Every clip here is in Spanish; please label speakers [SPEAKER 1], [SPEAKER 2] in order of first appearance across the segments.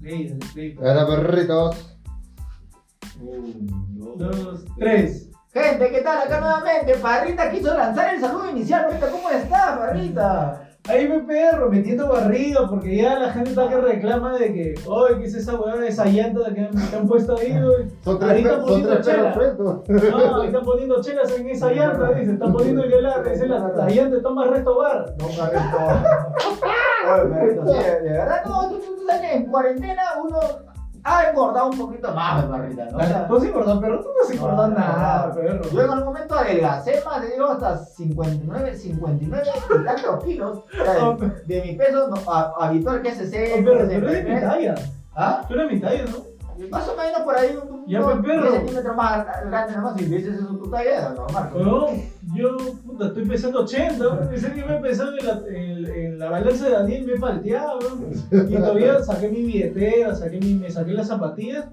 [SPEAKER 1] play, dale play. pues.
[SPEAKER 2] Ahora perritos.
[SPEAKER 3] Un,
[SPEAKER 1] Dos, tres.
[SPEAKER 4] Gente, ¿qué tal? Acá nuevamente, Parrita quiso lanzar el saludo inicial. Ahorita, ¿cómo está, Parrita?
[SPEAKER 1] Ahí me perro, metiendo barrido, porque ya la gente está que reclama de que, oye, ¿qué es esa huevada, esa llanta que han, que han puesto ahí, güey?
[SPEAKER 2] Son tres,
[SPEAKER 1] Ahorita
[SPEAKER 2] per- son
[SPEAKER 1] pusimos
[SPEAKER 2] tres perros pues.
[SPEAKER 1] chela.
[SPEAKER 2] frescos.
[SPEAKER 1] No, ahí están poniendo chelas en esa llanta, dice, están poniendo violar, dice, la, la llanta está más resto bar.
[SPEAKER 3] No, Carrito. Oye, Carrito, sí,
[SPEAKER 4] De verdad, no, tú, tú, tú sabes que en cuarentena uno ha engordado un poquito más, Parrita, ¿no? O sea,
[SPEAKER 1] ¿Tú sí engordás, perro? Tú no sí
[SPEAKER 4] No,
[SPEAKER 1] engordás
[SPEAKER 4] no,
[SPEAKER 1] nada,
[SPEAKER 4] no.
[SPEAKER 1] perro.
[SPEAKER 4] yo en algún momento adelgacé más, te digo, hasta 59, 59 y tantos kilos. O sea,
[SPEAKER 1] Oh, perro,
[SPEAKER 4] de mi peso no, a- habitual que es 60,
[SPEAKER 1] pero tú eres mi
[SPEAKER 4] 63.
[SPEAKER 1] talla.
[SPEAKER 4] ¿Ah?
[SPEAKER 1] Tú eres mi talla, ¿no?
[SPEAKER 4] Más o menos por ahí, un,
[SPEAKER 1] Ya,
[SPEAKER 4] unos
[SPEAKER 1] pues, perro.
[SPEAKER 4] 10 centímetros más grande nomás, si dices eso tu talla, normal. pues.
[SPEAKER 1] Huevón, yo puta, estoy pesando 80, weón. Ese día me pesaba en la, en, en la balanza de Daniel, me palteaba, weón. Y todavía saqué mi billetera, saqué mi, me saqué las zapatillas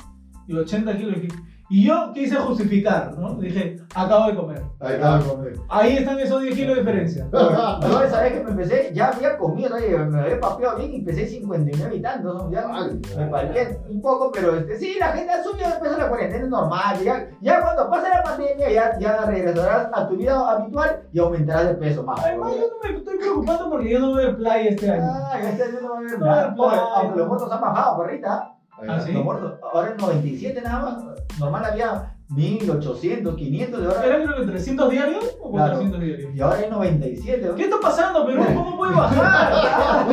[SPEAKER 1] y 80 kilos. dije- Y yo quise justificar, ¿no? Dije, acabo de comer.
[SPEAKER 2] Ahí está, hombre.
[SPEAKER 1] Ahí están esos 10 kilos de diferencia.
[SPEAKER 4] Yo esa vez que me empecé, ya había comido, ¿no? Y me había papeado bien y pesé 59 y tantos, ¿no? Ya
[SPEAKER 2] Ay,
[SPEAKER 4] me parqué un poco, pero este, sí, la gente ha subido el peso de la cuarentena, es normal. Ya, ya cuando pase la pandemia, ya, ya regresarás a tu vida habitual y aumentarás de peso más.
[SPEAKER 1] Además,
[SPEAKER 4] güey.
[SPEAKER 1] yo no me estoy preocupando porque yo no voy a playa este año.
[SPEAKER 4] Ay, este año no va a haber
[SPEAKER 1] No,
[SPEAKER 4] nada.
[SPEAKER 1] no,
[SPEAKER 4] Oye,
[SPEAKER 1] no.
[SPEAKER 4] pues, Aunque los muertos han bajado, perrita.
[SPEAKER 2] Ahí
[SPEAKER 1] Ah,
[SPEAKER 2] está.
[SPEAKER 1] sí.
[SPEAKER 4] Los muertos, ahora en 97 nada más. Normal había 1800, 500 y ahora,
[SPEAKER 1] ¿Eran creo que 300 diarios o
[SPEAKER 4] Claro.
[SPEAKER 1] 400 diarios?
[SPEAKER 4] y ahora hay 97. ¿no?
[SPEAKER 1] ¿Qué está pasando, Perú? ¿Cómo puede bajar?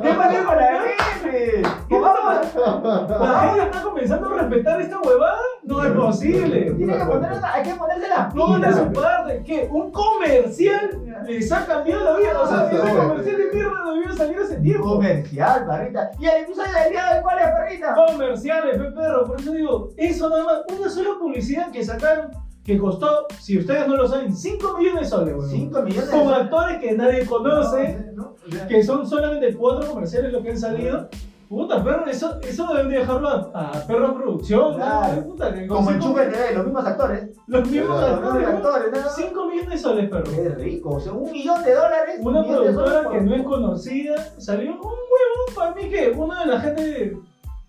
[SPEAKER 4] ¿Qué pasó con la Pues gente?
[SPEAKER 1] ¿Qué pasa? ¿La gente está comenzando a respetar esta huevada? No es posible.
[SPEAKER 4] Tiene que poner una- hay que ponerse las
[SPEAKER 1] Pongan de
[SPEAKER 4] pilas.
[SPEAKER 1] su parte que un comercial les ha cambiado la vida. O sea, ese comercial de mierda debió salir hace tiempo.
[SPEAKER 4] Comercial, perrita. Y el episodio del día de hoy, ¿cuál es, perrita?
[SPEAKER 1] Comerciales, pe perro. Por eso digo, eso nada más, una sola publicidad que sacaron que costó, si ustedes no lo saben, 5 millones de soles, huevón.
[SPEAKER 4] 5 millones
[SPEAKER 1] Con actores que nadie conoce,
[SPEAKER 4] No, o sea,
[SPEAKER 1] que son solamente cuatro comerciales los que han salido. Puta, perro, eso, eso deben de dejarlo a, a perro producción.
[SPEAKER 4] Claro.
[SPEAKER 1] ¿no? Puta, que con
[SPEAKER 4] Como en
[SPEAKER 1] cinco-
[SPEAKER 4] Chupe TV, los mismos actores.
[SPEAKER 1] Los mismos
[SPEAKER 4] Los mismos
[SPEAKER 1] actores, huevón.
[SPEAKER 4] actores, ¿no?
[SPEAKER 1] 5 millones de soles, perro.
[SPEAKER 4] Qué rico, o sea, un millón de dólares.
[SPEAKER 1] Una
[SPEAKER 4] un millón Eh, de soles
[SPEAKER 1] productora
[SPEAKER 4] por-
[SPEAKER 1] que no es conocida salió un huevón para mí que uno de la gente,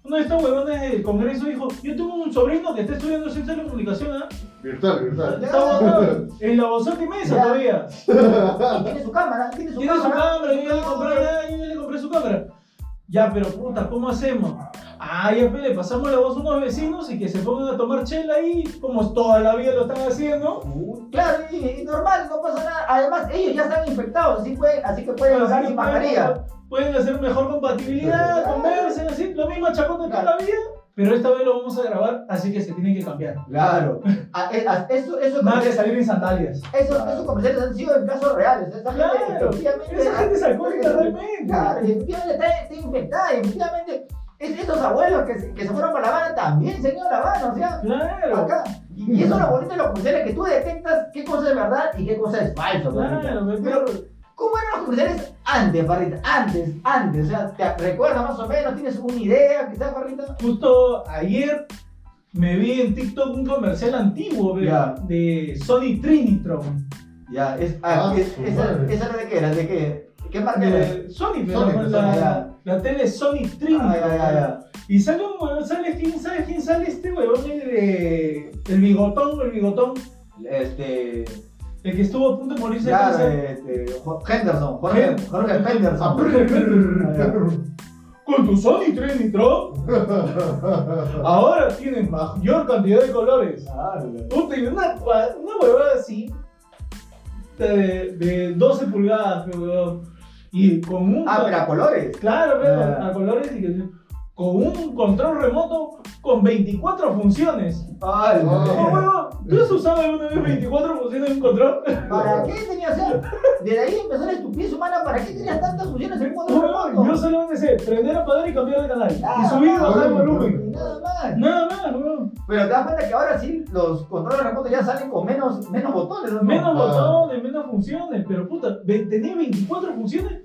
[SPEAKER 1] uno de estos huevones del Congreso dijo, yo tengo un sobrino que está estudiando ciencia de la comunicación, ¿ah?
[SPEAKER 2] Virtual, virtual.
[SPEAKER 1] está botado en la bolsota inmensa
[SPEAKER 4] Ya.
[SPEAKER 1] todavía.
[SPEAKER 4] Y tiene su cámara, tiene su
[SPEAKER 1] Tiene su
[SPEAKER 4] cámara.
[SPEAKER 1] cámara, yo ya le compré, ah, yo ya le compré su cámara. Ya, pero puta, ¿cómo hacemos? Ah, ya pues, le pasamos la voz a unos vecinos y que se pongan a tomar chela ahí, como toda la vida lo están haciendo.
[SPEAKER 4] Uh, Claro, y, y normal, no pasa nada. Además, ellos ya están infectados, así, pueden- así que pueden
[SPEAKER 1] Así
[SPEAKER 4] usar
[SPEAKER 1] que
[SPEAKER 4] sin
[SPEAKER 1] pueden-
[SPEAKER 4] mascarilla.
[SPEAKER 1] Pueden hacer mejor compatibilidad, conversen, así, lo mismo chacón de toda la vida, pero esta vez lo vamos a grabar, así que se tienen que cambiar.
[SPEAKER 4] Claro. A- es- a- eso, eso,
[SPEAKER 1] Nada de salir en sandalias.
[SPEAKER 4] Esos, esos comerciales han sido en casos reales. Esa gente
[SPEAKER 1] Claro,
[SPEAKER 4] efectivamente.
[SPEAKER 1] esa gente es alcohólica realmente.
[SPEAKER 4] Claro, y efectivamente está, está infectada. Y efectivamente, es, esos abuelos que, se- que se fueron para La Habana también se han ido a La Habana. O sea,
[SPEAKER 1] Claro.
[SPEAKER 4] acá. Y, y eso es lo bonito de los comerciales: que tú detectas qué cosa es verdad y qué cosa es falso. pues,
[SPEAKER 1] Claro, me-
[SPEAKER 4] Pero, ¿Cómo eran los comerciales antes, Parrita? Antes, antes. O sea, te recuerdas más o menos, tienes una idea, quizás, Parrita.
[SPEAKER 1] Justo ayer me vi en TikTok un comercial antiguo ve,
[SPEAKER 4] Ya.
[SPEAKER 1] de Sony Trinitron.
[SPEAKER 4] Ya, es,
[SPEAKER 2] Ah,
[SPEAKER 4] ah, es-
[SPEAKER 2] su
[SPEAKER 4] esa,
[SPEAKER 2] madre.
[SPEAKER 4] esa era de qué era, de qué. ¿Qué marca era?
[SPEAKER 1] De Sony, pero
[SPEAKER 2] Sony,
[SPEAKER 1] la,
[SPEAKER 2] pues,
[SPEAKER 1] la-
[SPEAKER 4] ya.
[SPEAKER 1] la tele Sony Trinitron.
[SPEAKER 4] Ah, ya, ya, ya.
[SPEAKER 1] Y sale un huevón, sale quién sabe quién sale este huevón el, de- el bigotón, el bigotón,
[SPEAKER 4] Este.
[SPEAKER 1] el que estuvo a punto de morirse. de
[SPEAKER 4] Ya,
[SPEAKER 1] cáncer.
[SPEAKER 4] este, Jo- Henderson, Jorge,
[SPEAKER 1] Hen-
[SPEAKER 4] Jorge
[SPEAKER 1] Ah,
[SPEAKER 4] Henderson. Ah,
[SPEAKER 1] Con tu Sony Trinitron, ahora tienes mayor cantidad de colores. Puta, y una, cua- una huevada así de, de 12 pulgadas, pe, huevón. Y con un.
[SPEAKER 4] Ah, pero a colores.
[SPEAKER 1] Claro, pe,
[SPEAKER 4] Ah.
[SPEAKER 1] a colores y que- con un control remoto con 24 funciones.
[SPEAKER 4] Ay,
[SPEAKER 2] No.
[SPEAKER 1] Oh,
[SPEAKER 4] no.
[SPEAKER 1] huevón, ¿Tú has usado alguna vez 24 funciones de un control?
[SPEAKER 4] ¿Para qué tenías ser? Desde ahí empezó la estupidez humana. ¿Para qué tenías tantas funciones en el mundo
[SPEAKER 1] Huevón, Yo
[SPEAKER 4] remoto?
[SPEAKER 1] solamente sé prender, apagar y cambiar de canal.
[SPEAKER 4] Ah,
[SPEAKER 1] Y subir y bajar el
[SPEAKER 2] bueno.
[SPEAKER 1] volumen.
[SPEAKER 4] Y Nada más.
[SPEAKER 1] Nada más, huevón.
[SPEAKER 4] Pero te das cuenta que ahora sí los controles remotos ya salen con menos, menos botones. ¿no?
[SPEAKER 1] Menos
[SPEAKER 2] Ah.
[SPEAKER 1] botones, menos funciones. Pero puta, ve- tenía 24 funciones.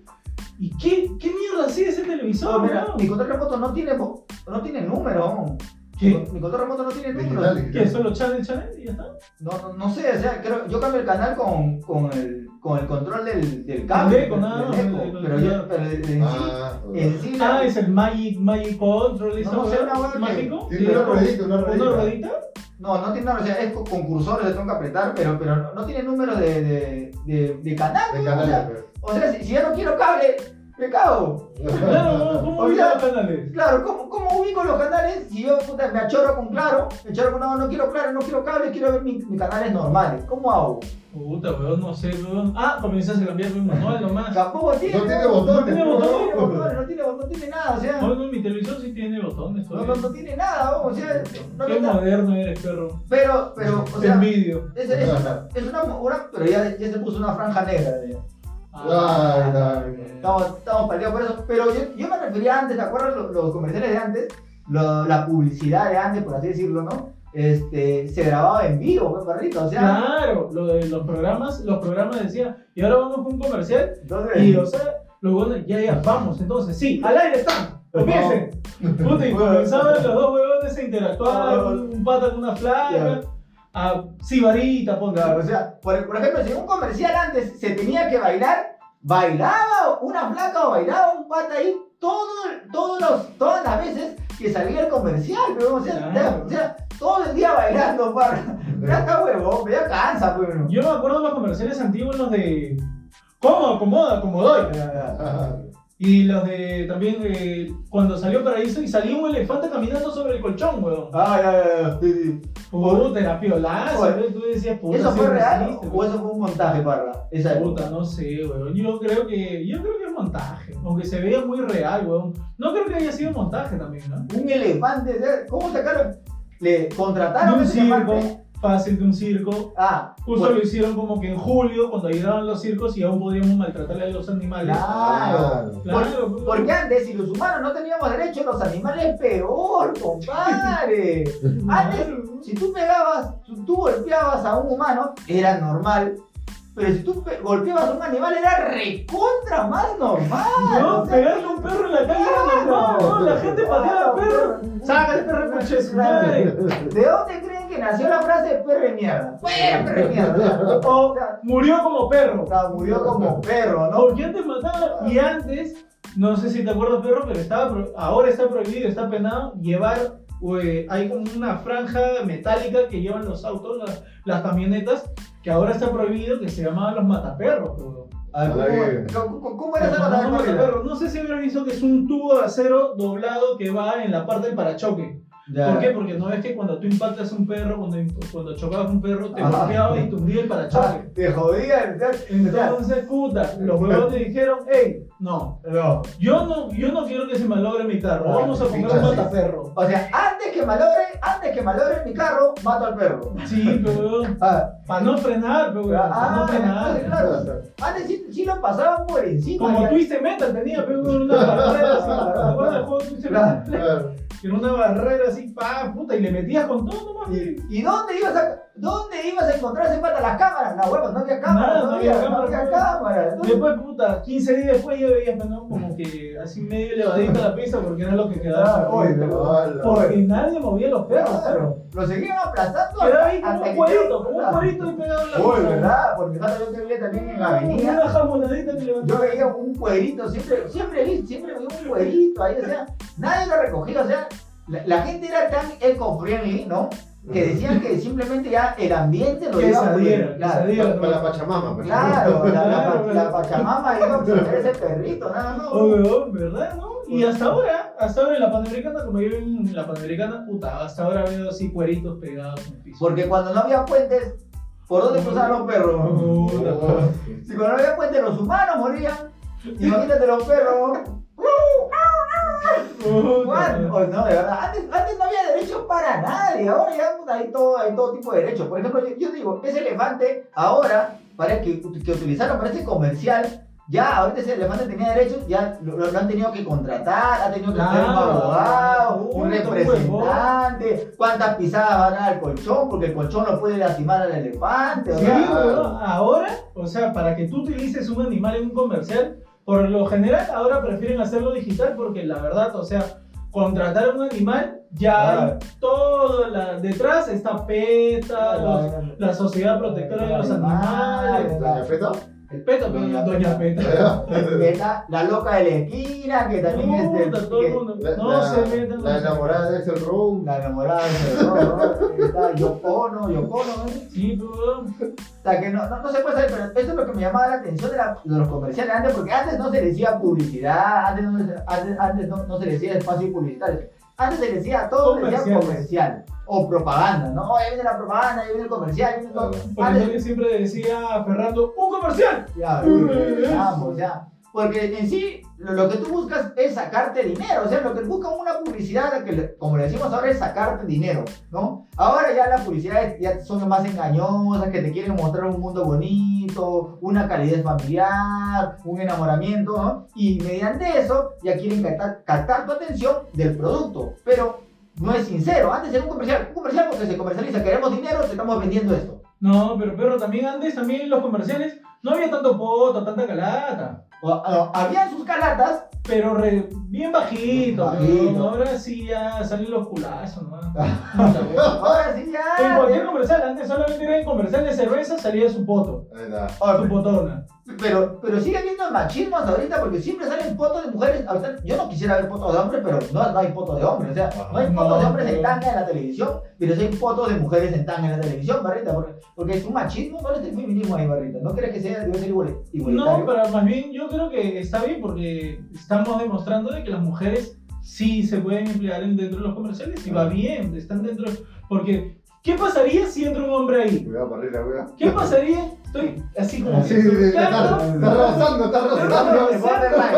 [SPEAKER 1] ¿Y qué, qué mierda hacía ese televisor,
[SPEAKER 4] No, Ah, Oh, mira,
[SPEAKER 1] huevón?
[SPEAKER 4] mi control remoto no tiene, bo- no tiene número.
[SPEAKER 1] ¿Qué?
[SPEAKER 4] Mi control remoto no tiene número.
[SPEAKER 2] Digital,
[SPEAKER 1] ¿Qué?
[SPEAKER 2] digital.
[SPEAKER 1] ¿Solo channel, channel y ya está?
[SPEAKER 4] No, no, no sé, o sea, creo, yo cambio el canal con, con el, con el control del, del cable.
[SPEAKER 1] eco, nada
[SPEAKER 4] del
[SPEAKER 1] más,
[SPEAKER 4] eco.
[SPEAKER 1] el- el-
[SPEAKER 4] pero yo, pero en sí,
[SPEAKER 2] Ah,
[SPEAKER 4] en sí,
[SPEAKER 1] Ah,
[SPEAKER 4] la-
[SPEAKER 1] es el Magic, Magic Control, ¿eso?
[SPEAKER 4] No, no sé, una hueá que-
[SPEAKER 1] ¿Mágico?
[SPEAKER 2] Tiene una ruedita, una
[SPEAKER 1] ¿Una
[SPEAKER 2] ruedita.
[SPEAKER 1] ruedita?
[SPEAKER 4] no, no tiene nada, o sea, es con, con cursores, le tengo que apretar, pero, pero no, no tiene número de, de, de, de canal.
[SPEAKER 2] De pues.
[SPEAKER 4] ¿no? O sea,
[SPEAKER 2] canales,
[SPEAKER 4] o sea, si, si yo no quiero cable, me cago.
[SPEAKER 2] pues.
[SPEAKER 1] Claro, ¿no? ¿cómo
[SPEAKER 4] O
[SPEAKER 1] ubican
[SPEAKER 4] sea-
[SPEAKER 1] los canales?
[SPEAKER 4] Claro, ¿cómo, ¿cómo ubico los canales si yo puta, me achorro con claro? Me achorro con no, no quiero claro, no quiero cable, quiero ver mis, mis canales normales. ¿Cómo hago?
[SPEAKER 1] Puta, weón, no sé, weón. Ah, comienzas a cambiar un manual nomás.
[SPEAKER 4] Tampoco tiene.
[SPEAKER 2] No tiene botones,
[SPEAKER 4] No tiene botones,
[SPEAKER 2] no.
[SPEAKER 4] no tiene botones, no tiene, no tiene nada, o sea.
[SPEAKER 1] No, no, mi televisor sí tiene botones.
[SPEAKER 4] No,
[SPEAKER 1] todavía.
[SPEAKER 4] no, no tiene nada, vamos, o sea, no
[SPEAKER 1] Qué
[SPEAKER 4] le da-
[SPEAKER 1] moderno eres, perro.
[SPEAKER 4] Pero, pero, o
[SPEAKER 1] Te
[SPEAKER 4] sea,
[SPEAKER 1] envidio.
[SPEAKER 4] es, es una, es una, una- pero ya, ya se puso una franja negra. ya.
[SPEAKER 1] Ah,
[SPEAKER 2] Ay, Darwin.
[SPEAKER 4] Estamos, estamos peleados por eso. Pero yo, yo me refería antes, ¿te acuerdas los, los comerciales de antes? Lo- la publicidad de antes, por así decirlo, ¿no? Este, se grababa en vivo, pues, perrito, o sea,
[SPEAKER 1] Claro, lo de los programas, los programas decían, y ahora vamos con un comercial,
[SPEAKER 4] entonces,
[SPEAKER 1] y o sea, los huevones, ya, ya, vamos, entonces, sí, al aire están, comiencen. Puta, y comenzaban los dos huevones a interactuar,
[SPEAKER 4] Claro.
[SPEAKER 1] un, un pata con una flaca, a sibarita, ponte.
[SPEAKER 4] claro, o sea, por, por ejemplo, si en un comercial antes se tenía que bailar, bailaba una flaca o bailaba un pata ahí todo, todos los, todas las veces que salía el comercial, pero, o sea,
[SPEAKER 1] Claro.
[SPEAKER 4] o sea, todo el día bailando, para, ya está huevón, ya cansa, pues,
[SPEAKER 1] Yo me acuerdo de los comerciales antiguos, los de, ¿cómo? Acomoda, acomodoy.
[SPEAKER 2] Ah,
[SPEAKER 1] Y los de, también, eh, cuando salió Paraíso y salió un elefante caminando sobre el colchón, huevón.
[SPEAKER 4] Ah, ya, ya, ya, sí, sí.
[SPEAKER 1] Puta, era piolazo,
[SPEAKER 4] Oye,
[SPEAKER 1] tú decías, puta,
[SPEAKER 4] ¿Eso
[SPEAKER 1] sí
[SPEAKER 4] fue real
[SPEAKER 1] resiste,
[SPEAKER 4] o eso fue un montaje, Parra? Esa época.
[SPEAKER 1] Puta, no sé, weón. Yo creo que. Yo creo que es montaje. Aunque se veía muy real, weón. No creo que haya sido montaje también, ¿no?
[SPEAKER 4] Un elefante, ¿sí? ¿cómo sacaron? ¿Le
[SPEAKER 1] De
[SPEAKER 4] contrataron a
[SPEAKER 1] un
[SPEAKER 4] ese elefante?
[SPEAKER 1] circo, fácil de un circo.
[SPEAKER 4] Ah,
[SPEAKER 1] Justo
[SPEAKER 4] bueno,
[SPEAKER 1] lo hicieron como que en julio, cuando llegaban los circos y aún podíamos maltratar a los animales.
[SPEAKER 4] claro.
[SPEAKER 2] claro.
[SPEAKER 1] Claro, weón.
[SPEAKER 4] Porque antes, si los humanos no teníamos derecho, los animales peor, compadre. Antes, si tú pegabas, tú, tú golpeabas a un humano, era normal. Pero si tú pe- golpeabas a un animal, era recontra más normal.
[SPEAKER 1] No,
[SPEAKER 4] o sea,
[SPEAKER 1] pegarle a un perro en la calle era normal, ¿no? La gente pateaba al perro. Sácate, perro, coche de su madre.
[SPEAKER 4] ¿De dónde creen que nació la frase perre mierda? Fuera perre mierda. O sea,
[SPEAKER 1] Murió como perro.
[SPEAKER 4] o sea, murió como perro, ¿no?
[SPEAKER 1] Porque antes mataban y antes, no sé si te acuerdas, perro, pero estaba, pro- ahora está prohibido, está penado llevar. eh, hay como una franja metálica que llevan los autos, las, las camionetas, que ahora está prohibido, que se llamaban los mataperros. weón.
[SPEAKER 4] A ver, ¿Cómo, cómo- cómo era esa
[SPEAKER 1] Los
[SPEAKER 4] batalla corrida?
[SPEAKER 1] mataperros. No sé si habrán visto que es un tubo de acero doblado que va en la parte del parachoque. ¿Por qué? Porque no es que cuando tú impactas a un perro, cuando, cuando chocabas a un perro, te
[SPEAKER 4] Ajá.
[SPEAKER 1] golpeaba y te hundía el
[SPEAKER 4] Ah,
[SPEAKER 1] parachoque.
[SPEAKER 4] Te jodían. o sea,
[SPEAKER 1] Entonces, puta, los huevones dijeron, hey, no,
[SPEAKER 4] No.
[SPEAKER 1] Yo no, yo no quiero que se malogre mi carro.
[SPEAKER 2] Ah,
[SPEAKER 1] Vamos a poner un
[SPEAKER 2] pinchas.
[SPEAKER 1] mataperro.
[SPEAKER 4] O sea, antes que malogre, antes que malogre mi carro, mato al perro.
[SPEAKER 1] Sí, pero
[SPEAKER 4] Ah,
[SPEAKER 1] para no frenar, pero para no
[SPEAKER 4] ah, entonces,
[SPEAKER 1] frenar.
[SPEAKER 4] claro. Antes sí, sí lo pasaban por encima.
[SPEAKER 1] Como
[SPEAKER 4] ya.
[SPEAKER 1] Twisted Metal tenía pero una barrera así, ¿te acuerdas del juego de Twisted
[SPEAKER 4] Claro.
[SPEAKER 1] Metal?
[SPEAKER 2] claro.
[SPEAKER 1] Era una barrera así, pa, puta, y le metías con todo nomás.
[SPEAKER 4] ¿Y, y dónde ibas a dónde ibas a encontrar ese pata las cámaras? La huevos, no había cámaras,
[SPEAKER 1] Nada,
[SPEAKER 4] no, había, no había cámaras. Entonces,
[SPEAKER 1] Después, puta, 15 días después yo veía, ¿no? Como que así medio elevadita la pista porque era lo que quedaba.
[SPEAKER 4] Ah, oye,
[SPEAKER 2] Hola.
[SPEAKER 1] Porque nadie movía los perros, claro.
[SPEAKER 4] claro, lo seguían aplastando
[SPEAKER 1] Quedaba ahí como
[SPEAKER 4] hasta
[SPEAKER 1] un
[SPEAKER 4] que-
[SPEAKER 1] cuerito, como un
[SPEAKER 4] ¿verdad?
[SPEAKER 1] cuerito y pegado en la
[SPEAKER 4] Uy,
[SPEAKER 1] pista.
[SPEAKER 4] ¿verdad? Porque tanto yo te veía también en la
[SPEAKER 1] Como
[SPEAKER 4] avenida.
[SPEAKER 1] Una jamonadita que levantaba.
[SPEAKER 4] Yo veía un cuerito, siempre, siempre vi, siempre vi un cuerito ahí, o sea, nadie lo recogía, o sea, la, la gente era tan eco-friendly, ¿no? Que decían que simplemente ya el ambiente lo
[SPEAKER 1] Que
[SPEAKER 4] iba
[SPEAKER 1] se
[SPEAKER 4] a
[SPEAKER 1] adhiera,
[SPEAKER 4] pudrir,
[SPEAKER 1] que se
[SPEAKER 4] claro.
[SPEAKER 1] adhiera.
[SPEAKER 2] Para la Pachamama, pues.
[SPEAKER 4] Claro, la, la,
[SPEAKER 1] Claro,
[SPEAKER 4] la Pachamama iba a absorber ese perrito, nada más.
[SPEAKER 1] Oh, weón, ¿verdad? ¿No? pues. Y hasta ahora, hasta ahora en la Panamericana, como yo vivo en la Panamericana, puta, hasta ahora veo así cueritos pegados en el piso.
[SPEAKER 4] Porque cuando no había puentes, ¿por dónde cruzaban los perros?
[SPEAKER 1] Puta,
[SPEAKER 2] Oh,
[SPEAKER 4] Si cuando no había puentes los humanos morían, imagínate los perros.
[SPEAKER 1] puta.
[SPEAKER 4] Juan, o no, de verdad, antes, antes no había derechos para nadie, ahora ya puta, hay todo, hay todo tipo de derechos. Por ejemplo, yo, yo digo, ese elefante ahora, para que, que utilizaron para ese comercial, ya ahorita ese elefante tenía derechos, ya lo, lo- lo han tenido que contratar, ha tenido que tener un
[SPEAKER 1] Claro. pues,
[SPEAKER 4] abogado, un
[SPEAKER 1] Puta,
[SPEAKER 4] representante, cuántas pisadas van a dar al colchón, porque el colchón no puede lastimar al elefante, o
[SPEAKER 1] Sí,
[SPEAKER 4] sea,
[SPEAKER 1] weón, ahora, o sea, para que tú utilices un animal en un comercial, por lo general ahora prefieren hacerlo digital porque la verdad, o sea, contratar a un animal ya hay
[SPEAKER 4] Claro.
[SPEAKER 1] todo la, detrás está PETA, los- la Sociedad Protectora de los Animales.
[SPEAKER 2] ¿La chapeta?
[SPEAKER 1] El peta, pero
[SPEAKER 4] Doña
[SPEAKER 1] doña peta.
[SPEAKER 4] Que está la loca de la esquina, que también es
[SPEAKER 1] Puta,
[SPEAKER 4] de.
[SPEAKER 1] todo el
[SPEAKER 4] que-
[SPEAKER 1] mundo.
[SPEAKER 2] este, La,
[SPEAKER 1] No
[SPEAKER 2] la-
[SPEAKER 1] se metan.
[SPEAKER 2] La enamorada de Axel Rose.
[SPEAKER 4] La enamorada de ¿no? ¿no? Está Yocono, Yocono, ¿eh?
[SPEAKER 1] Sí, pues, pero.
[SPEAKER 4] O sea, que no, no, no se puede saber, pero esto es lo que me llamaba la atención de, la- de los comerciales antes, porque antes no se le decía publicidad, antes no, se- antes, antes no, no se le decía espacio publicitario. Antes se le decía todo, se le decía comercial o propaganda, ¿no? Ahí viene la propaganda, ahí viene el comercial, ahí viene todo.
[SPEAKER 1] Porque yo le siempre decía a Fernando, ¡un comercial!
[SPEAKER 4] Ya, vamos, ya. Porque en sí, lo, lo que tú buscas es sacarte dinero. O sea, lo que buscan una publicidad, la que, le- como le decimos ahora, es sacarte dinero, ¿no? Ahora ya las publicidades ya son más engañosas, que te quieren mostrar un mundo bonito, una calidez familiar, un enamoramiento, ¿no? Y mediante eso ya quieren captar, captar tu atención del producto. Pero no es sincero. Antes era un comercial. Un comercial porque se comercializa. Queremos dinero, te estamos vendiendo esto.
[SPEAKER 1] No, pero perro, también antes, también los comerciales, no había tanto poto, tanta calata.
[SPEAKER 4] O- o- habían sus calatas,
[SPEAKER 1] Pero re- bien bajito,
[SPEAKER 4] Bajito.
[SPEAKER 1] pero ahora sí ya salen los culazos, ¿no?
[SPEAKER 4] Ahora sí
[SPEAKER 1] En cualquier
[SPEAKER 4] ya.
[SPEAKER 1] comercial, antes solamente era el comercial de cerveza, salía su poto,
[SPEAKER 2] Ahí está.
[SPEAKER 1] su
[SPEAKER 4] Ahora,
[SPEAKER 1] potona.
[SPEAKER 4] Pero, pero sigue habiendo machismo hasta ahorita porque siempre salen fotos de mujeres. Ahorita, yo no quisiera ver fotos de hombres, pero no, no hay fotos de hombres. O sea, no hay
[SPEAKER 1] Ah, No, pues.
[SPEAKER 4] fotos de hombres en
[SPEAKER 1] pero-
[SPEAKER 4] tanga en la televisión, pero sí hay fotos de mujeres en tanga en la televisión, Barrita. Porque, porque es un machismo, ¿cuál es el feminismo ahí, Barrita? ¿No crees que sea debe ser igual, igualitario?
[SPEAKER 1] No, pero más bien yo creo que está bien porque estamos demostrando de que las mujeres sí se pueden emplear en- dentro de los comerciales y va bien, están dentro. Porque, ¿qué pasaría si entra un hombre ahí?
[SPEAKER 2] Cuidado, parrilla, cuidado.
[SPEAKER 1] ¿Qué pasaría? Estoy así como.
[SPEAKER 2] Ah, Sí, sí, sí, está,
[SPEAKER 1] surcando.
[SPEAKER 2] está rozando, está rozando.
[SPEAKER 4] Borderline,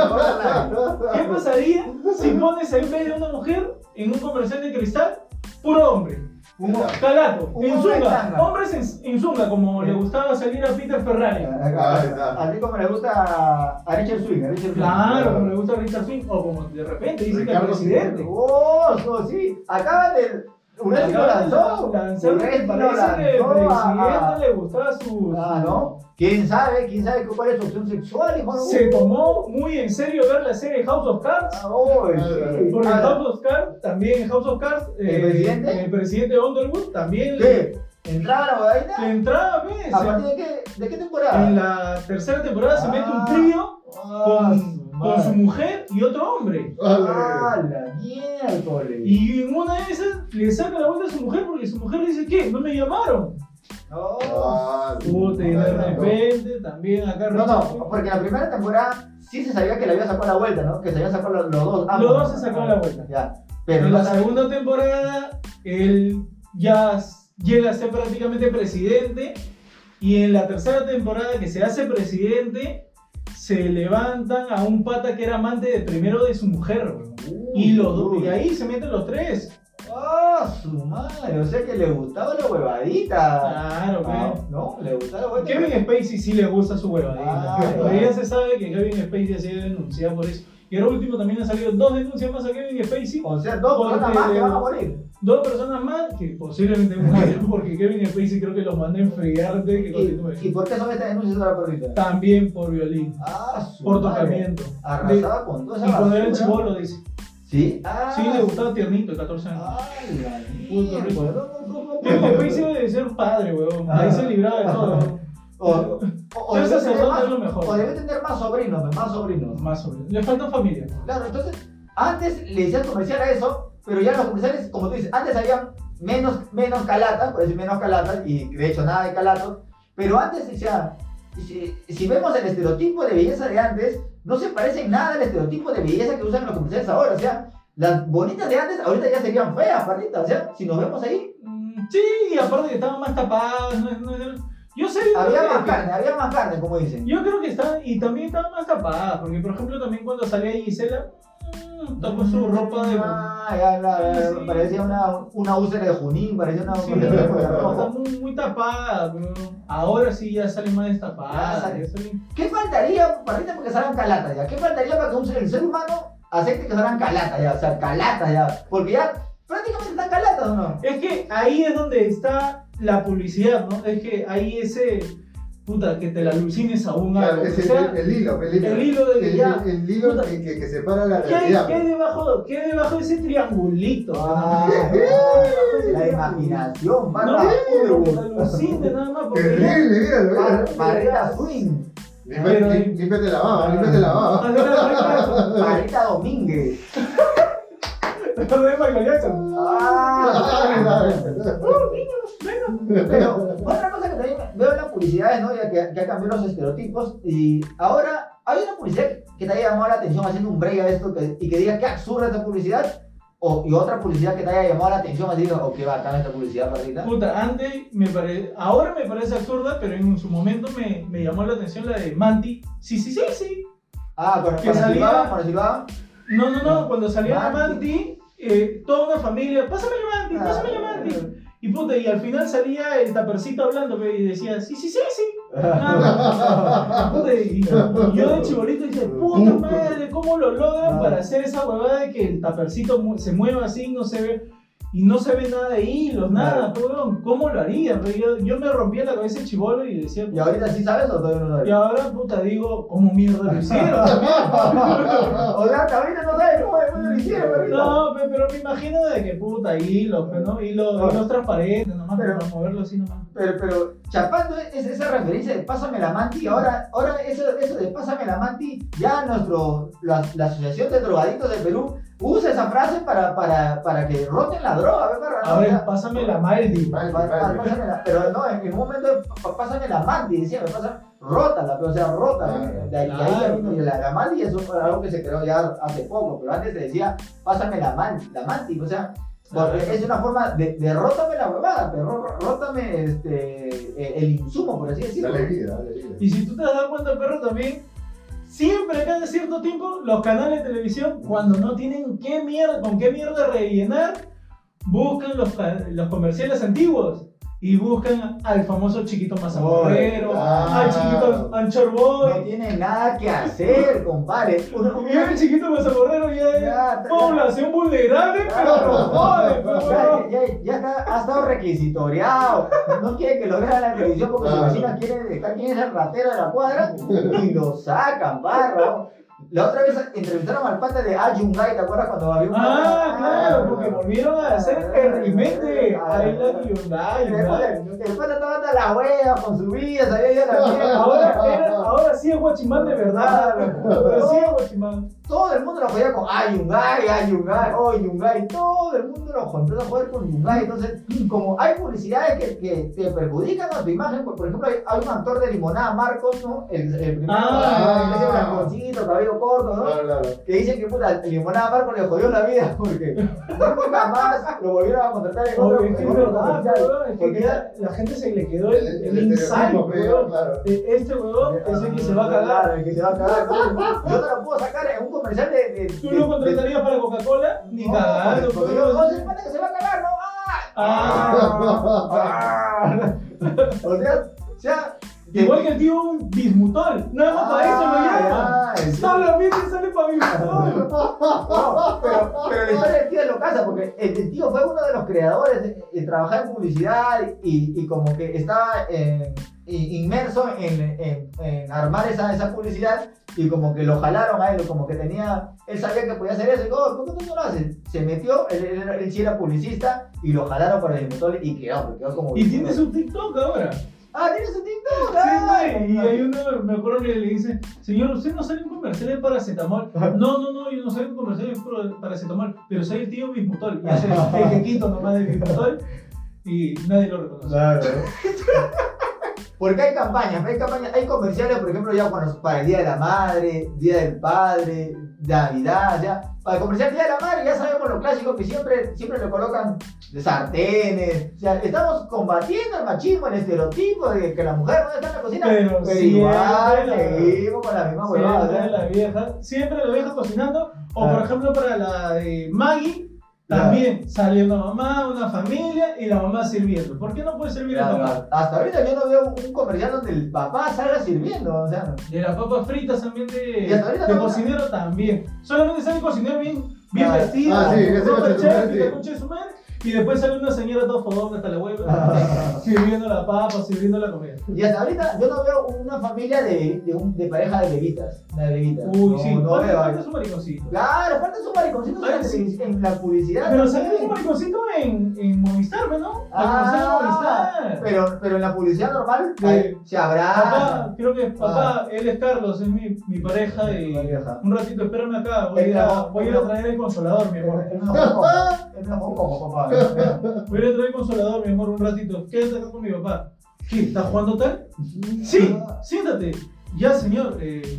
[SPEAKER 4] borderline, borderline.
[SPEAKER 1] ¿Qué pasaría si pones en vez de una mujer en un comercial de cristal, puro hombre?
[SPEAKER 4] Un-
[SPEAKER 1] Calato,
[SPEAKER 4] Un
[SPEAKER 1] en
[SPEAKER 4] hombre en
[SPEAKER 1] zunga,
[SPEAKER 4] tanga.
[SPEAKER 1] hombres en, en zunga, como le gustaba salir a Peter Ferrari.
[SPEAKER 4] Ah, Así como le gusta a- a Richard Swing, a Richard Swing.
[SPEAKER 1] Claro, como le gusta Richard Swing, o como de repente dicen que el
[SPEAKER 2] Ricardo
[SPEAKER 1] presidente.
[SPEAKER 4] ¡Oh! no, sí, acaba de. Uresti lo lanzó.
[SPEAKER 1] Lanzó,
[SPEAKER 4] Uresti lo
[SPEAKER 1] parece que el
[SPEAKER 4] lanzó a-
[SPEAKER 1] presidente le gustaba su.
[SPEAKER 4] Ah, ¿no? ¿Quién sabe? ¿Quién sabe qué- cuál es su opción sexual, hijo? de-
[SPEAKER 1] Se tomó muy en serio ver la serie House of Cards.
[SPEAKER 4] Ah, oh,
[SPEAKER 2] Ah,
[SPEAKER 4] sí.
[SPEAKER 1] Porque en
[SPEAKER 4] Ah,
[SPEAKER 1] House of Cards, también en House of Cards, eh,
[SPEAKER 4] ¿El presidente?
[SPEAKER 1] el presidente Underwood también le,
[SPEAKER 4] ¿Qué? ¿Entraba la bodadita?
[SPEAKER 1] le entraba, ¿ves?
[SPEAKER 4] ¿A partir de qué, de qué temporada?
[SPEAKER 1] En la tercera temporada se mete un
[SPEAKER 4] Ah.
[SPEAKER 1] trío
[SPEAKER 4] Ah,
[SPEAKER 1] con, con su
[SPEAKER 4] madre.
[SPEAKER 1] mujer y otro hombre.
[SPEAKER 4] ¡Ah, la miércoles!
[SPEAKER 1] Y en una de esas le saca la vuelta a su mujer porque su mujer le dice, ¿qué? ¿No me llamaron?
[SPEAKER 4] No.
[SPEAKER 1] Puta, y de repente también acá...
[SPEAKER 4] Oh, Ah, No, no, porque la primera temporada sí se sabía que le había sacado la vuelta, ¿no? Que se habían sacado los, los dos. ambos.
[SPEAKER 1] Los dos se sacaron la vuelta.
[SPEAKER 4] Ya. Pero
[SPEAKER 1] En
[SPEAKER 4] no
[SPEAKER 1] la
[SPEAKER 4] sabía-
[SPEAKER 1] segunda temporada, él ya s- llega a ser prácticamente presidente. Y en la tercera temporada que se hace presidente, se levantan a un pata que era amante de primero de su mujer. weón. Y, los, dos-
[SPEAKER 4] Uy.
[SPEAKER 1] y ahí se meten los tres.
[SPEAKER 4] ¡Ah, su madre! O sea que le gustaba la huevadita.
[SPEAKER 1] Claro,
[SPEAKER 4] Ah,
[SPEAKER 1] weón.
[SPEAKER 4] no, le gustaba la huevadita.
[SPEAKER 1] Kevin Spacey sí le gusta su huevadita.
[SPEAKER 4] Ah,
[SPEAKER 1] Todavía
[SPEAKER 4] claro.
[SPEAKER 1] se sabe que Kevin Spacey ha sido denunciado por eso. Y ahora último también han salido dos denuncias más a Kevin Spacey.
[SPEAKER 4] O sea, dos
[SPEAKER 1] Porque
[SPEAKER 4] personas más
[SPEAKER 1] le-
[SPEAKER 4] que van a morir.
[SPEAKER 1] Dos personas más que posiblemente mueran porque Kevin Spacey creo que los manda a enfriar antes de que continúe.
[SPEAKER 4] ¿Y, y por qué son estas denuncias sobre la perrita?
[SPEAKER 1] También por violín,
[SPEAKER 4] Ah, su
[SPEAKER 1] por
[SPEAKER 4] madre.
[SPEAKER 1] tocamiento.
[SPEAKER 4] Arrasaba con toda esa
[SPEAKER 1] y cuando era el
[SPEAKER 4] basura.
[SPEAKER 1] chivolo, dice.
[SPEAKER 4] ¿Sí? Ah,
[SPEAKER 1] Sí, le gustaba tiernito, 14 años.
[SPEAKER 4] Ay, la
[SPEAKER 1] Puto rico. pues,
[SPEAKER 4] mierda, no, no, no, no.
[SPEAKER 1] Kevin Spacey debe ser un padre, weón.
[SPEAKER 4] Ah.
[SPEAKER 1] Ahí se libraba de todo.
[SPEAKER 4] O, o, o
[SPEAKER 1] Ser
[SPEAKER 4] debe tener
[SPEAKER 1] sacerdote
[SPEAKER 4] más-
[SPEAKER 1] es lo mejor.
[SPEAKER 4] o debe tener más sobrinos, pues, más sobrinos.
[SPEAKER 1] Más o menos. Le falta familia.
[SPEAKER 4] Claro, entonces, antes le decían comercial a eso, pero ya los comerciales, como tú dices, antes había menos, menos calatas, por decir menos calatas, y de hecho nada de calatos, pero antes decía, si, si vemos el estereotipo de belleza de antes, no se parece en nada al estereotipo de belleza que usan en los comerciales ahora, o sea, las bonitas de antes ahorita ya serían feas, parrita, o sea, si nos vemos ahí,
[SPEAKER 1] Mm, Sí, y aparte que estaban más tapadas. No, no, no. Yo sé. yo
[SPEAKER 4] había
[SPEAKER 1] creo
[SPEAKER 4] más
[SPEAKER 1] que-
[SPEAKER 4] carne, había más carne, como dicen.
[SPEAKER 1] Yo creo que estaban, y también estaban más tapadas, porque por ejemplo también cuando salía Gisela, mm, tocó su ropa de...
[SPEAKER 4] Ah, ya, la-
[SPEAKER 1] Sí, sí.
[SPEAKER 4] parecía una, una úlcera de Junín, parecía una...
[SPEAKER 1] Sí,
[SPEAKER 4] una- una-
[SPEAKER 1] o sea, muy, muy tapada, bro. Ahora sí ya sale más destapada.
[SPEAKER 4] Ya sale.
[SPEAKER 1] ya sale-
[SPEAKER 4] ¿Qué faltaría, Parrita, porque salgan calatas ya? ¿Qué faltaría para que un ser, el ser humano acepte que salgan calatas ya? O sea, calatas ya. Porque ya prácticamente están calatas, ¿o no?
[SPEAKER 1] Es que ahí es donde está la publicidad, ¿no? Es que ahí ese... Puta, que te la alucines aún.
[SPEAKER 2] Claro,
[SPEAKER 1] algo.
[SPEAKER 2] es
[SPEAKER 1] o
[SPEAKER 2] el,
[SPEAKER 1] sea,
[SPEAKER 2] el, el hilo, el hilo.
[SPEAKER 1] el hilo de que
[SPEAKER 2] el,
[SPEAKER 1] ya-
[SPEAKER 2] el hilo
[SPEAKER 1] puta.
[SPEAKER 2] que, que, que separa la
[SPEAKER 1] ¿qué, hay,
[SPEAKER 2] realidad.
[SPEAKER 1] qué hay debajo, ¿Qué hay debajo de ese triangulito?
[SPEAKER 4] Ah,
[SPEAKER 2] ¡Eh!
[SPEAKER 4] la imaginación,
[SPEAKER 1] no,
[SPEAKER 4] barra.
[SPEAKER 1] pero que te alucines nada más.
[SPEAKER 2] ¡Qué
[SPEAKER 1] Porque ya-
[SPEAKER 2] horrible! Míralo, míralo.
[SPEAKER 4] Ah, Parrita swing.
[SPEAKER 2] Límpiate
[SPEAKER 1] Pero-
[SPEAKER 2] lí- límpiate la baba, límpiate la baba.
[SPEAKER 4] Marita Domínguez. Ah.
[SPEAKER 2] Claro,
[SPEAKER 4] Pero otra cosa que también veo en las publicidades, ¿no? Ya que, que ha cambiado los estereotipos. Y ahora hay una publicidad que te haya llamado la atención haciendo un break a esto que- y que diga qué absurda esta publicidad. O, y otra publicidad que te haya llamado la atención así, o qué bacana esta publicidad, Marita.
[SPEAKER 1] Puta, antes me pare- ahora me parece absurda, pero en su momento me, me llamó la atención la de Manti. Sí, sí, sí, sí.
[SPEAKER 4] Ah, con,
[SPEAKER 1] Que
[SPEAKER 4] con la
[SPEAKER 1] salía-
[SPEAKER 4] silbaba, con la silbaba.
[SPEAKER 1] No, no, no, cuando salía la
[SPEAKER 4] Manti.
[SPEAKER 1] Manti, eh, toda una familia, pásame la Manti, pásame la
[SPEAKER 4] Ah,
[SPEAKER 1] Manti. Y puta, y al final salía el tapercito hablando pe, y decía, sí, sí, sí, sí. Ah, puta, y, y yo de chibolito dije, puta madre, ¿cómo lo logran para hacer esa huevada de que el tapercito mu- se mueva así, no se ve, y no se ve nada de hilos, nada, pues, weón, ¿cómo lo harían? Pero yo, yo me rompía la cabeza de chibolo y decía,
[SPEAKER 4] ¿Y ahorita sí sabes o todavía no
[SPEAKER 1] y
[SPEAKER 4] sabes?
[SPEAKER 1] ahora, puta, digo, ¿cómo mierda lo hicieron?
[SPEAKER 4] o sea, hasta ahorita no sabes cómo cómo lo hicieron, Marita.
[SPEAKER 1] No, pe- pero me imagino de que puta, hilos, pe, ¿no? Hilos, hilos transparentes, nomás
[SPEAKER 4] Pero-
[SPEAKER 1] para moverlo así nomás.
[SPEAKER 4] Pero, pero, chapando es esa referencia de Pásame la Manti, ahora, ahora eso, eso de Pásame la Manti, ya nuestro, la, la Asociación de Drogadictos del Perú usa esa frase para, para, para que roten la droga, a ver, para,
[SPEAKER 1] A ver, pásame la Maldi.
[SPEAKER 2] Mal, mal, mal.
[SPEAKER 4] pásame la, pero no, en ningún momento es, "P- pásame la Manti, decía, me pasa, rótala, pero o sea, rótala,
[SPEAKER 2] Claro,
[SPEAKER 4] de ahí, de ahí
[SPEAKER 1] Ah, claro.
[SPEAKER 4] vino, y la, la Manti es un- algo que se creó ya hace poco, pero antes se decía, pásame la Manti, la Manti, o sea, porque es una forma de, de rótame la huevada, pero ró- rótame este, eh, el insumo, por así decirlo.
[SPEAKER 2] Dale vida, dale vida.
[SPEAKER 1] Y si tú te has dado cuenta, perro, también, siempre cada cierto tiempo, los canales de televisión, cuando no tienen qué mierda, con qué mierda rellenar, buscan los, ca- los comerciales antiguos. Y buscan al famoso chiquito mazamorrero,
[SPEAKER 2] Ah.
[SPEAKER 1] al chiquito Anchor Boy.
[SPEAKER 4] No tiene nada que hacer, compadre. Uno- uno-
[SPEAKER 1] Y el chiquito mazamorrero ya es
[SPEAKER 4] Ya, ya.
[SPEAKER 1] población vulnerable, pero no jode, pues,
[SPEAKER 4] Ya,
[SPEAKER 1] weón.
[SPEAKER 4] ya, ya está, ha estado requisitoriado. No quiere que lo vean en la televisión porque su
[SPEAKER 2] Claro.
[SPEAKER 4] vecina quiere detectar quién es el ratero de la cuadra y lo sacan, barra. La otra vez entrevistaron al pata de Ayungay, ¿te acuerdas cuando había un
[SPEAKER 1] Ah, claro,
[SPEAKER 2] Ah,
[SPEAKER 1] porque volvieron a hacer el remake de
[SPEAKER 4] Ah,
[SPEAKER 1] I Love You,
[SPEAKER 4] Ay,
[SPEAKER 1] Die,
[SPEAKER 4] después,
[SPEAKER 1] Die.
[SPEAKER 4] después estaba hasta la hueva con su vida, sabía yo la mierda.
[SPEAKER 1] Ahora, era- ahora sí es guachimán de verdad. Ahora sí es guachimán.
[SPEAKER 4] Todo el mundo lo jodía con "Ah, ay, Yungay, ay, Yungay, oh, Yungay. Todo el mundo lo jod- empezó a joder con Yungay. Entonces, como hay publicidades que, que te perjudican a tu imagen, pues, por ejemplo, hay, hay un actor de Limonada, Marcos, ¿no? El, el primero,
[SPEAKER 1] Ah.
[SPEAKER 4] ese blanconcito, cabello corto, ¿no?
[SPEAKER 2] Claro, claro.
[SPEAKER 4] Que dicen que puta, Limonada Marcos le jodió la vida porque nunca más lo volvieron a contratar en otro,
[SPEAKER 1] Obvio, ah, es que
[SPEAKER 4] en
[SPEAKER 1] es
[SPEAKER 4] otro
[SPEAKER 1] verdad,
[SPEAKER 4] comercial.
[SPEAKER 1] weón, es que ya la gente se le quedó el, el insight,
[SPEAKER 2] estereotipo, pero,
[SPEAKER 1] weón,
[SPEAKER 2] claro.
[SPEAKER 1] de este huevón es el que se va a cagar.
[SPEAKER 4] El que se va a cagar. Yo no lo puedo sacar en un comercial de. de
[SPEAKER 1] ¿Tú
[SPEAKER 4] de-
[SPEAKER 1] lo contratarías para Coca-Cola?
[SPEAKER 4] de-
[SPEAKER 1] Ni
[SPEAKER 4] No,
[SPEAKER 1] cagando,
[SPEAKER 4] porque yo,
[SPEAKER 1] weón.
[SPEAKER 4] no se que se va a cagar, ¿no? ¡Ah!
[SPEAKER 2] Ah.
[SPEAKER 4] ¡Ah! O sea, o sea.
[SPEAKER 1] Igual que el tío un bismutol, nada más para eso lo llaman.
[SPEAKER 4] Ah, el-
[SPEAKER 1] Solamente sale para bismutol.
[SPEAKER 4] No, pero, pero la historia del tío es locaza, porque el, el tío fue uno de los creadores, eh, eh, trabajaba en publicidad y, y como que estaba eh, i- inmerso en, en- en armar esa, esa publicidad y como que lo jalaron a él, como que tenía, él sabía que podía hacer eso, y digo, "Oh, ¿por qué tú no lo haces? Se metió, él, él, él sí era publicista y lo jalaron para el motor y quedó, pues, quedó como...
[SPEAKER 1] Y tiene su TikTok ahora. Sí,
[SPEAKER 4] Ah, tienes un TikTok. ah.
[SPEAKER 1] güey. Y hay uno, me acuerdo que le dice, señor, usted no sale en comercial de paracetamol. No, no, no, yo no salgo en comercial de pro- paracetamol, pero soy el tío bismutol. Y hace el quequito nomás de bismutol y nadie lo reconoce.
[SPEAKER 4] Claro. Porque hay campañas, hay campañas, hay comerciales, por ejemplo, ya bueno, para el Día de la Madre, Día del Padre, Navidad, ya. Para el comercial Día de la Madre, ya sabemos lo clásico que siempre, siempre le colocan de sartenes. O sea, estamos combatiendo el machismo, el estereotipo de que la mujer no está en la cocina.
[SPEAKER 1] Pero siempre
[SPEAKER 4] igual
[SPEAKER 1] la-
[SPEAKER 4] seguimos con la misma huevada. ¿eh? o sea.
[SPEAKER 1] Siempre la vieja, siempre la vieja cocinando. O
[SPEAKER 4] Ah.
[SPEAKER 1] por ejemplo para la de Maggie,
[SPEAKER 4] Claro.
[SPEAKER 1] también sale una mamá, una familia y la mamá sirviendo. ¿Por qué no puede servir
[SPEAKER 4] Claro,
[SPEAKER 1] el papá?
[SPEAKER 4] Hasta ahorita yo no veo un comercial donde el papá salga sirviendo, o sea.
[SPEAKER 1] De las papas fritas también de,
[SPEAKER 4] Y hasta ahorita
[SPEAKER 1] de
[SPEAKER 4] no-
[SPEAKER 1] cocinero también. Solamente sale el cocinero bien, bien
[SPEAKER 4] Ah,
[SPEAKER 1] vestido,
[SPEAKER 2] ah, sí,
[SPEAKER 1] con
[SPEAKER 2] ese
[SPEAKER 1] ropa
[SPEAKER 2] coche
[SPEAKER 1] de
[SPEAKER 2] de su madre,
[SPEAKER 1] chef y la
[SPEAKER 2] sí.
[SPEAKER 1] concha de su madre, Y después sale una señora todo fodón hasta la
[SPEAKER 4] Ah.
[SPEAKER 1] hueva, sirviendo la papa, sirviendo la comida.
[SPEAKER 4] Y hasta ahorita yo no veo una familia de, de, un- de pareja de levitas. De levitas.
[SPEAKER 1] Uy,
[SPEAKER 4] no,
[SPEAKER 1] sí,
[SPEAKER 4] no
[SPEAKER 1] falta-
[SPEAKER 4] veo.
[SPEAKER 1] falta su mariconcito.
[SPEAKER 4] Claro, falta su mariconcito en,
[SPEAKER 1] Ay,
[SPEAKER 4] la
[SPEAKER 1] sí.
[SPEAKER 4] televis- en la publicidad.
[SPEAKER 1] Pero
[SPEAKER 4] ¿no?
[SPEAKER 1] sale su mariconcito en, en Movistar, ¿no?
[SPEAKER 4] Ah,
[SPEAKER 1] Al conocer Movistar.
[SPEAKER 4] pero, pero en la publicidad normal
[SPEAKER 1] Sí.
[SPEAKER 4] ahí se abraza.
[SPEAKER 1] Papá, creo que papá,
[SPEAKER 4] Ah.
[SPEAKER 1] él es Carlos, es mi, mi pareja y
[SPEAKER 4] Ajá.
[SPEAKER 1] un ratito espérame acá, voy a, ir a- voy a ir a traer el consolador, mi
[SPEAKER 4] Es
[SPEAKER 1] amor.
[SPEAKER 4] una mococa, es una mococa, papá.
[SPEAKER 1] Voy a ir a traer el consolador, mi amor, un ratito. Quédate acá con mi papá. ¿Qué? ¿Estás jugando tal? Sí, siéntate. Ya, señor, eh,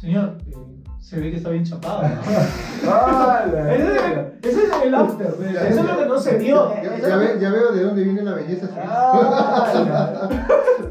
[SPEAKER 1] señor, eh, se ve que está bien chapado. ¿no?
[SPEAKER 3] ¡Hala!
[SPEAKER 1] Ese, ese es el after,
[SPEAKER 2] Ya,
[SPEAKER 1] eso es lo que no se vio.
[SPEAKER 2] Ya, ya ve- ya veo de dónde viene la belleza.
[SPEAKER 4] Ah, ¡Hala!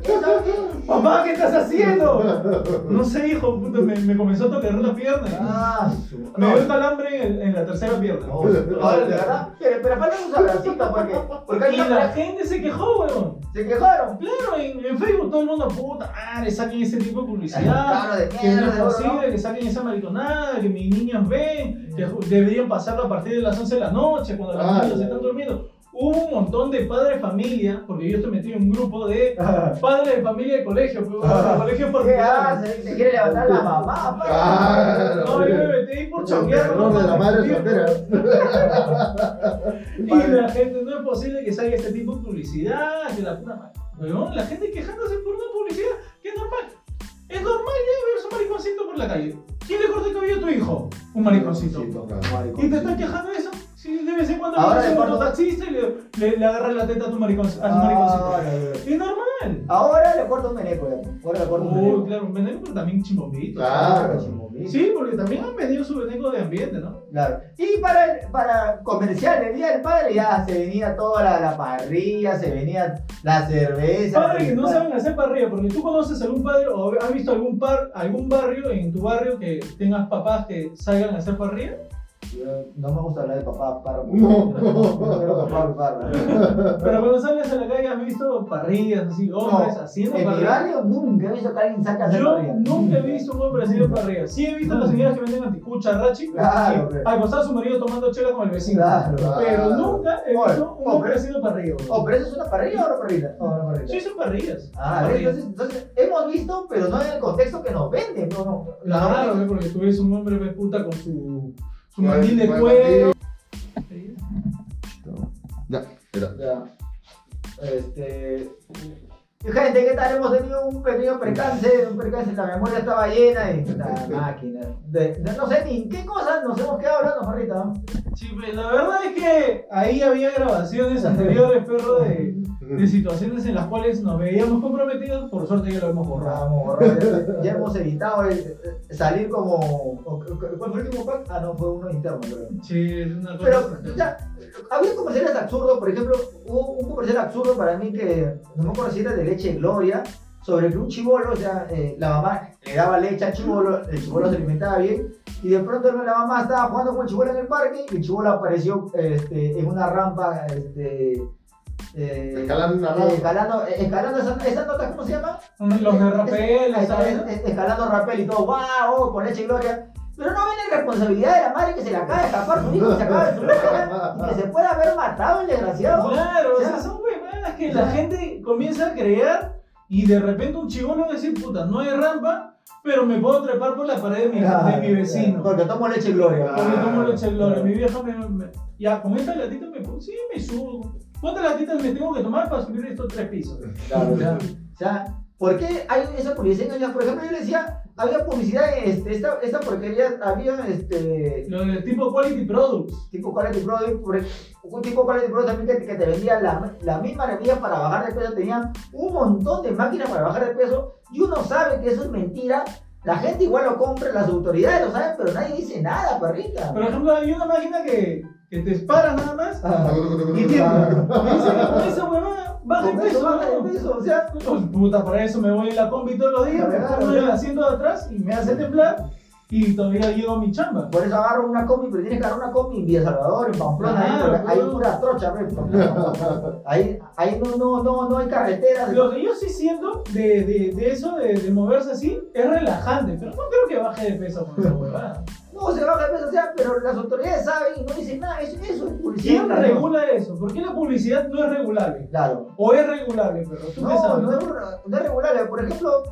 [SPEAKER 4] ¿Sabes qué?
[SPEAKER 1] Papá, ¿qué estás haciendo? No sé, hijo, puta, me, me comenzó a tocar la pierna.
[SPEAKER 4] Ah, su-
[SPEAKER 1] Me
[SPEAKER 4] no. Oh,
[SPEAKER 1] dio el calambre en, en la tercera pierna.
[SPEAKER 4] No, no, de verdad. Pero, pero faltan sus abracitos porque, porque
[SPEAKER 1] Y
[SPEAKER 4] hay una
[SPEAKER 1] la gente se quejó, weón.
[SPEAKER 4] se quejaron.
[SPEAKER 1] Claro, en, en Facebook todo el mundo, puta madre, saquen ese tipo de publicidad.
[SPEAKER 4] Claro, de
[SPEAKER 1] Que no es
[SPEAKER 4] mierda, ¿no?
[SPEAKER 1] posible que saquen esa mariconada, que mis niños ven,
[SPEAKER 4] Mm.
[SPEAKER 1] que ju- deberían pasarlo a partir de las 11 de la noche, cuando las
[SPEAKER 2] Ah,
[SPEAKER 1] niñas
[SPEAKER 2] ya.
[SPEAKER 1] están durmiendo. Hubo un montón de padres de familia, porque yo estoy metido en un grupo de padres de familia de colegio, pues, de colegio
[SPEAKER 4] Ah. ¿Qué
[SPEAKER 1] particular.
[SPEAKER 4] hace? Se quiere levantar la mamá,
[SPEAKER 2] Claro.
[SPEAKER 1] No, yo me metí por
[SPEAKER 2] El
[SPEAKER 1] chambear.
[SPEAKER 2] error de la madre
[SPEAKER 1] tío.
[SPEAKER 2] soltera.
[SPEAKER 1] Y la gente, no es posible que salga este tipo de publicidad, que la puta madre. Weón, la gente quejándose por una publicidad que es normal. Es normal ya ver su mariconcito por la calle. ¿Quién le cortó el cabello a tu hijo? Un mariconcito. ¿Y te estás quejando de eso? Si de vez en cuando
[SPEAKER 4] Ahora
[SPEAKER 1] viene
[SPEAKER 4] de
[SPEAKER 1] un
[SPEAKER 4] cuando- Ah.
[SPEAKER 1] taxista y le, le, le agarra la teta a tu, maricon, a tu mariconcito.
[SPEAKER 4] Ahora,
[SPEAKER 1] Es normal.
[SPEAKER 4] ahora le corto un meneco, ya. Ahora le corto un
[SPEAKER 1] Uy,
[SPEAKER 4] meneco.
[SPEAKER 1] claro, un veneco, pero también chimbombito.
[SPEAKER 2] Claro.
[SPEAKER 1] Sí, porque también han vendido su veneco de ambiente, ¿no?
[SPEAKER 4] Claro. Y para, el- para comercial, el día del padre ya se venía toda la, la parrilla, se venía la cerveza.
[SPEAKER 1] Padres que no
[SPEAKER 4] se-
[SPEAKER 1] saben hacer parrilla, porque tú conoces algún padre o has visto algún par, algún barrio en tu barrio que tengas papás que salgan a hacer parrilla.
[SPEAKER 4] Yo- No me gusta hablar de papá, párroco.
[SPEAKER 2] No.
[SPEAKER 4] Pero papá, párroco.
[SPEAKER 1] Pero cuando sales a la calle has visto parrillas así, hombres haciendo
[SPEAKER 4] En mi
[SPEAKER 1] parrilla.
[SPEAKER 4] barrio nunca he visto que alguien saque a hacer
[SPEAKER 1] Yo
[SPEAKER 4] parrilla.
[SPEAKER 1] nunca he visto un hombre haciendo parrilla. Sí he visto a las señoras que venden anticucha, rachi,
[SPEAKER 4] Mm. Claro,
[SPEAKER 1] que
[SPEAKER 4] pero-
[SPEAKER 1] al costado de su marido tomando chela con el vecino.
[SPEAKER 4] Claro. Ah,
[SPEAKER 1] Pero nunca he
[SPEAKER 4] Hombre,
[SPEAKER 1] visto un hombre
[SPEAKER 4] hombre.
[SPEAKER 1] haciendo parrilla.
[SPEAKER 4] Oh, pero eso es una parrilla o una parrilla? No, una parrilla.
[SPEAKER 1] Sí son parrillas.
[SPEAKER 4] Ah, a ver,
[SPEAKER 1] Parrillas.
[SPEAKER 4] entonces, entonces hemos visto, pero no en el contexto que nos venden. No, no.
[SPEAKER 1] Claro, güey, porque tú ves un hombre ve puta con su, su
[SPEAKER 2] Con el-
[SPEAKER 1] mandil de
[SPEAKER 2] con el
[SPEAKER 1] cuero.
[SPEAKER 4] Ya. Este. Gente, ¿qué tal? Hemos tenido un pequeño percance, un percance, la memoria estaba llena y la máquina. De- de- no sé ni en qué cosas nos hemos quedado hablando, Farrita. ¿no?
[SPEAKER 1] Sí, pues, la verdad es que ahí había grabaciones anteriores, perro, de, de situaciones en las cuales nos veíamos comprometidos. Por suerte ya lo hemos borrado.
[SPEAKER 4] Vamos, Robert, ya hemos evitado el- eh, salir como. o- o- ¿Cuál fue el último pack? Ah, no, fue uno interno, creo.
[SPEAKER 1] Sí, es una cosa.
[SPEAKER 4] Pero, ya, había comerciales absurdos, por ejemplo, hubo un comercial absurdo para mí que no me acuerdo si era de leche Gloria, sobre que un chivolo, o sea, eh, la mamá le daba leche al chivolo, el chivolo se alimentaba bien, y de pronto la mamá estaba jugando con el chivolo en el parque, y el chivolo apareció este, en una rampa, este. eh,
[SPEAKER 2] Escalando una
[SPEAKER 4] eh,
[SPEAKER 2] rampa.
[SPEAKER 4] escalando, eh, escalando esas, esas notas, ¿cómo se llama?
[SPEAKER 1] Los de
[SPEAKER 4] Ahí
[SPEAKER 1] rapel,
[SPEAKER 4] está,
[SPEAKER 1] ¿sabes?
[SPEAKER 4] es- es- Escalando rapel y todo, wow, oh, con leche y gloria. Pero no ven la responsabilidad de la madre que se le acaba de escapar su hijo, que se acaba de su y que se puede haber matado el desgraciado.
[SPEAKER 1] Claro, o
[SPEAKER 4] Ya.
[SPEAKER 1] sea, son huevadas que
[SPEAKER 4] Ya.
[SPEAKER 1] la gente comienza a crear y de repente un chivón va a decir, puta, no hay rampa, pero me puedo trepar por la pared de mi, de mi vecino.
[SPEAKER 4] Porque tomo leche y gloria.
[SPEAKER 1] Porque tomo
[SPEAKER 2] Ah,
[SPEAKER 1] leche Gloria. Mi vieja me, me- Ya, con esta latita me pongo. Sí, me subo. ¿Cuántas latitas me tengo que tomar para subir estos tres pisos?
[SPEAKER 4] Claro, ya. O sea, ¿por qué hay esa publicidad engañosa? Por ejemplo, yo le decía, había publicidad, este, esta, esta porquería, había este.
[SPEAKER 1] Lo del tipo Quality Products.
[SPEAKER 4] Tipo Quality Product, por ej- un tipo Quality Product también que, que te vendía la, la misma bebida para bajar de peso, tenían un montón de máquinas para bajar de peso y uno sabe que eso es mentira, la gente igual lo compra, las autoridades lo saben, pero nadie dice nada, perrita.
[SPEAKER 1] Por ejemplo, hay una máquina que, que te dispara nada más.
[SPEAKER 4] Ah,
[SPEAKER 1] Y tiene. y dice que con esa huevada baja el
[SPEAKER 4] con eso
[SPEAKER 1] peso.
[SPEAKER 4] baja de
[SPEAKER 1] ¿no?
[SPEAKER 4] peso, o sea,
[SPEAKER 1] Pues, puta, por eso me voy en la combi todos los días, me
[SPEAKER 4] Claro,
[SPEAKER 1] pongo en el
[SPEAKER 4] claro.
[SPEAKER 1] asiento de atrás y me hace temblar y todavía llego a mi chamba.
[SPEAKER 4] Por eso agarro una combi, pero tienes que agarrar una combi en Villa Salvador, en Pamplona, ahí,
[SPEAKER 1] Claro,
[SPEAKER 4] porque hay
[SPEAKER 1] claro.
[SPEAKER 4] pura trocha, ve, pues, ahí, ahí no, no, no, no hay carreteras.
[SPEAKER 1] Lo que yo sí siento de, de, de eso, de, de moverse así, es relajante, pero no creo que baje de peso con esa huevada.
[SPEAKER 4] No se baja el peso, o sea, pero las autoridades saben y no dicen nada, eso, eso es publicidad.
[SPEAKER 1] ¿Quién
[SPEAKER 4] ¿no?
[SPEAKER 1] regula eso? ¿Por qué la publicidad no es regulable?
[SPEAKER 4] Claro.
[SPEAKER 1] ¿O es regulable, pero tú qué
[SPEAKER 4] No,
[SPEAKER 1] sabes?
[SPEAKER 4] no es, no es regular. Por ejemplo,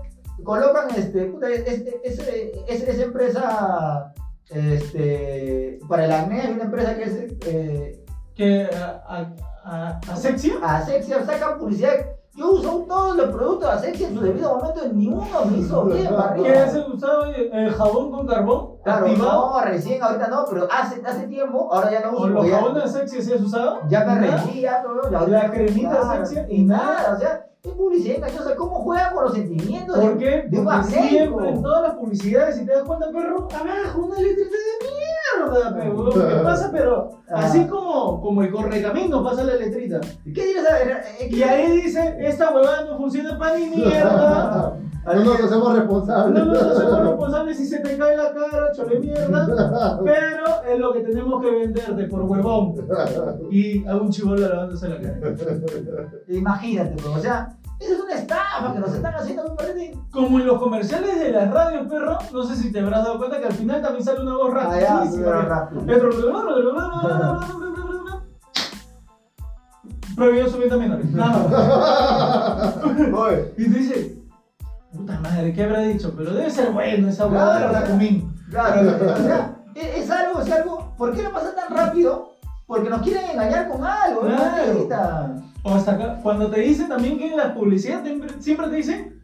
[SPEAKER 4] colocan este, puta, es- es- es- es- esa empresa este, para el acné, hay una empresa que es eh,
[SPEAKER 1] Que a, a, a- asexia,
[SPEAKER 4] Asexia, sacan publicidad. Yo uso todos los productos de Asexia en su debido momento y ni uno me hizo bien,
[SPEAKER 1] que
[SPEAKER 4] barriga.
[SPEAKER 1] es el usado el jabón con carbón
[SPEAKER 4] Claro,
[SPEAKER 1] activado,
[SPEAKER 4] no, recién, ahorita no, pero hace, hace tiempo, ahora ya no
[SPEAKER 1] o
[SPEAKER 4] uso.
[SPEAKER 1] los
[SPEAKER 4] porque ya-
[SPEAKER 1] jabones asexia si has usado.
[SPEAKER 4] Ya me
[SPEAKER 1] ¿Nada?
[SPEAKER 4] rendí, ya no,
[SPEAKER 1] La
[SPEAKER 4] ahorita-
[SPEAKER 1] cremita
[SPEAKER 4] claro,
[SPEAKER 1] sexy
[SPEAKER 4] y nada, o sea, es publicidad engañosa, ¿cómo juegan con los sentimientos?
[SPEAKER 1] ¿Por
[SPEAKER 4] de-
[SPEAKER 1] qué?
[SPEAKER 4] de un
[SPEAKER 1] Porque
[SPEAKER 4] acné,
[SPEAKER 1] siempre
[SPEAKER 4] po.
[SPEAKER 1] en todas las publicidades, si te das cuenta, perro, abajo una letrita de mierda, pe, huevón. ¿Qué pasa, pero?
[SPEAKER 4] Ah.
[SPEAKER 1] Así como, como el correcamino pasa la letrita.
[SPEAKER 4] ¿Qué dirás? A ver, eh,
[SPEAKER 1] Y ahí dice, esta huevada no funciona para ni mierda.
[SPEAKER 2] No nos hacemos responsables.
[SPEAKER 1] No nos hacemos responsables si se te cae la cara, chole mierda. Pero es lo que tenemos que venderte por huevón. Y a un chivolo lavándose la cara.
[SPEAKER 4] Imagínate, pues, o sea, esa es una estafa que nos están haciendo, me parece.
[SPEAKER 1] Como en los comerciales de las radios, perro, no sé si te habrás dado cuenta que al final también sale una voz
[SPEAKER 4] Ah, ya, pero
[SPEAKER 1] rarísima.
[SPEAKER 4] rápido.
[SPEAKER 1] Prohibido subir también menores. Nada más.
[SPEAKER 3] Oye,
[SPEAKER 1] Y tú dices, puta madre, ¿qué habrá dicho? Pero debe ser bueno esa huevada de
[SPEAKER 4] Claro.
[SPEAKER 1] Racumín.
[SPEAKER 4] Claro, o sea, e, es, es algo, es algo. ¿Por qué lo pasa tan rápido? Porque nos quieren engañar con algo, ¿no?
[SPEAKER 1] Claro.
[SPEAKER 4] Ahorita.
[SPEAKER 1] O hasta acá, cuando te dicen también que en las publicidades siempre, siempre te dicen,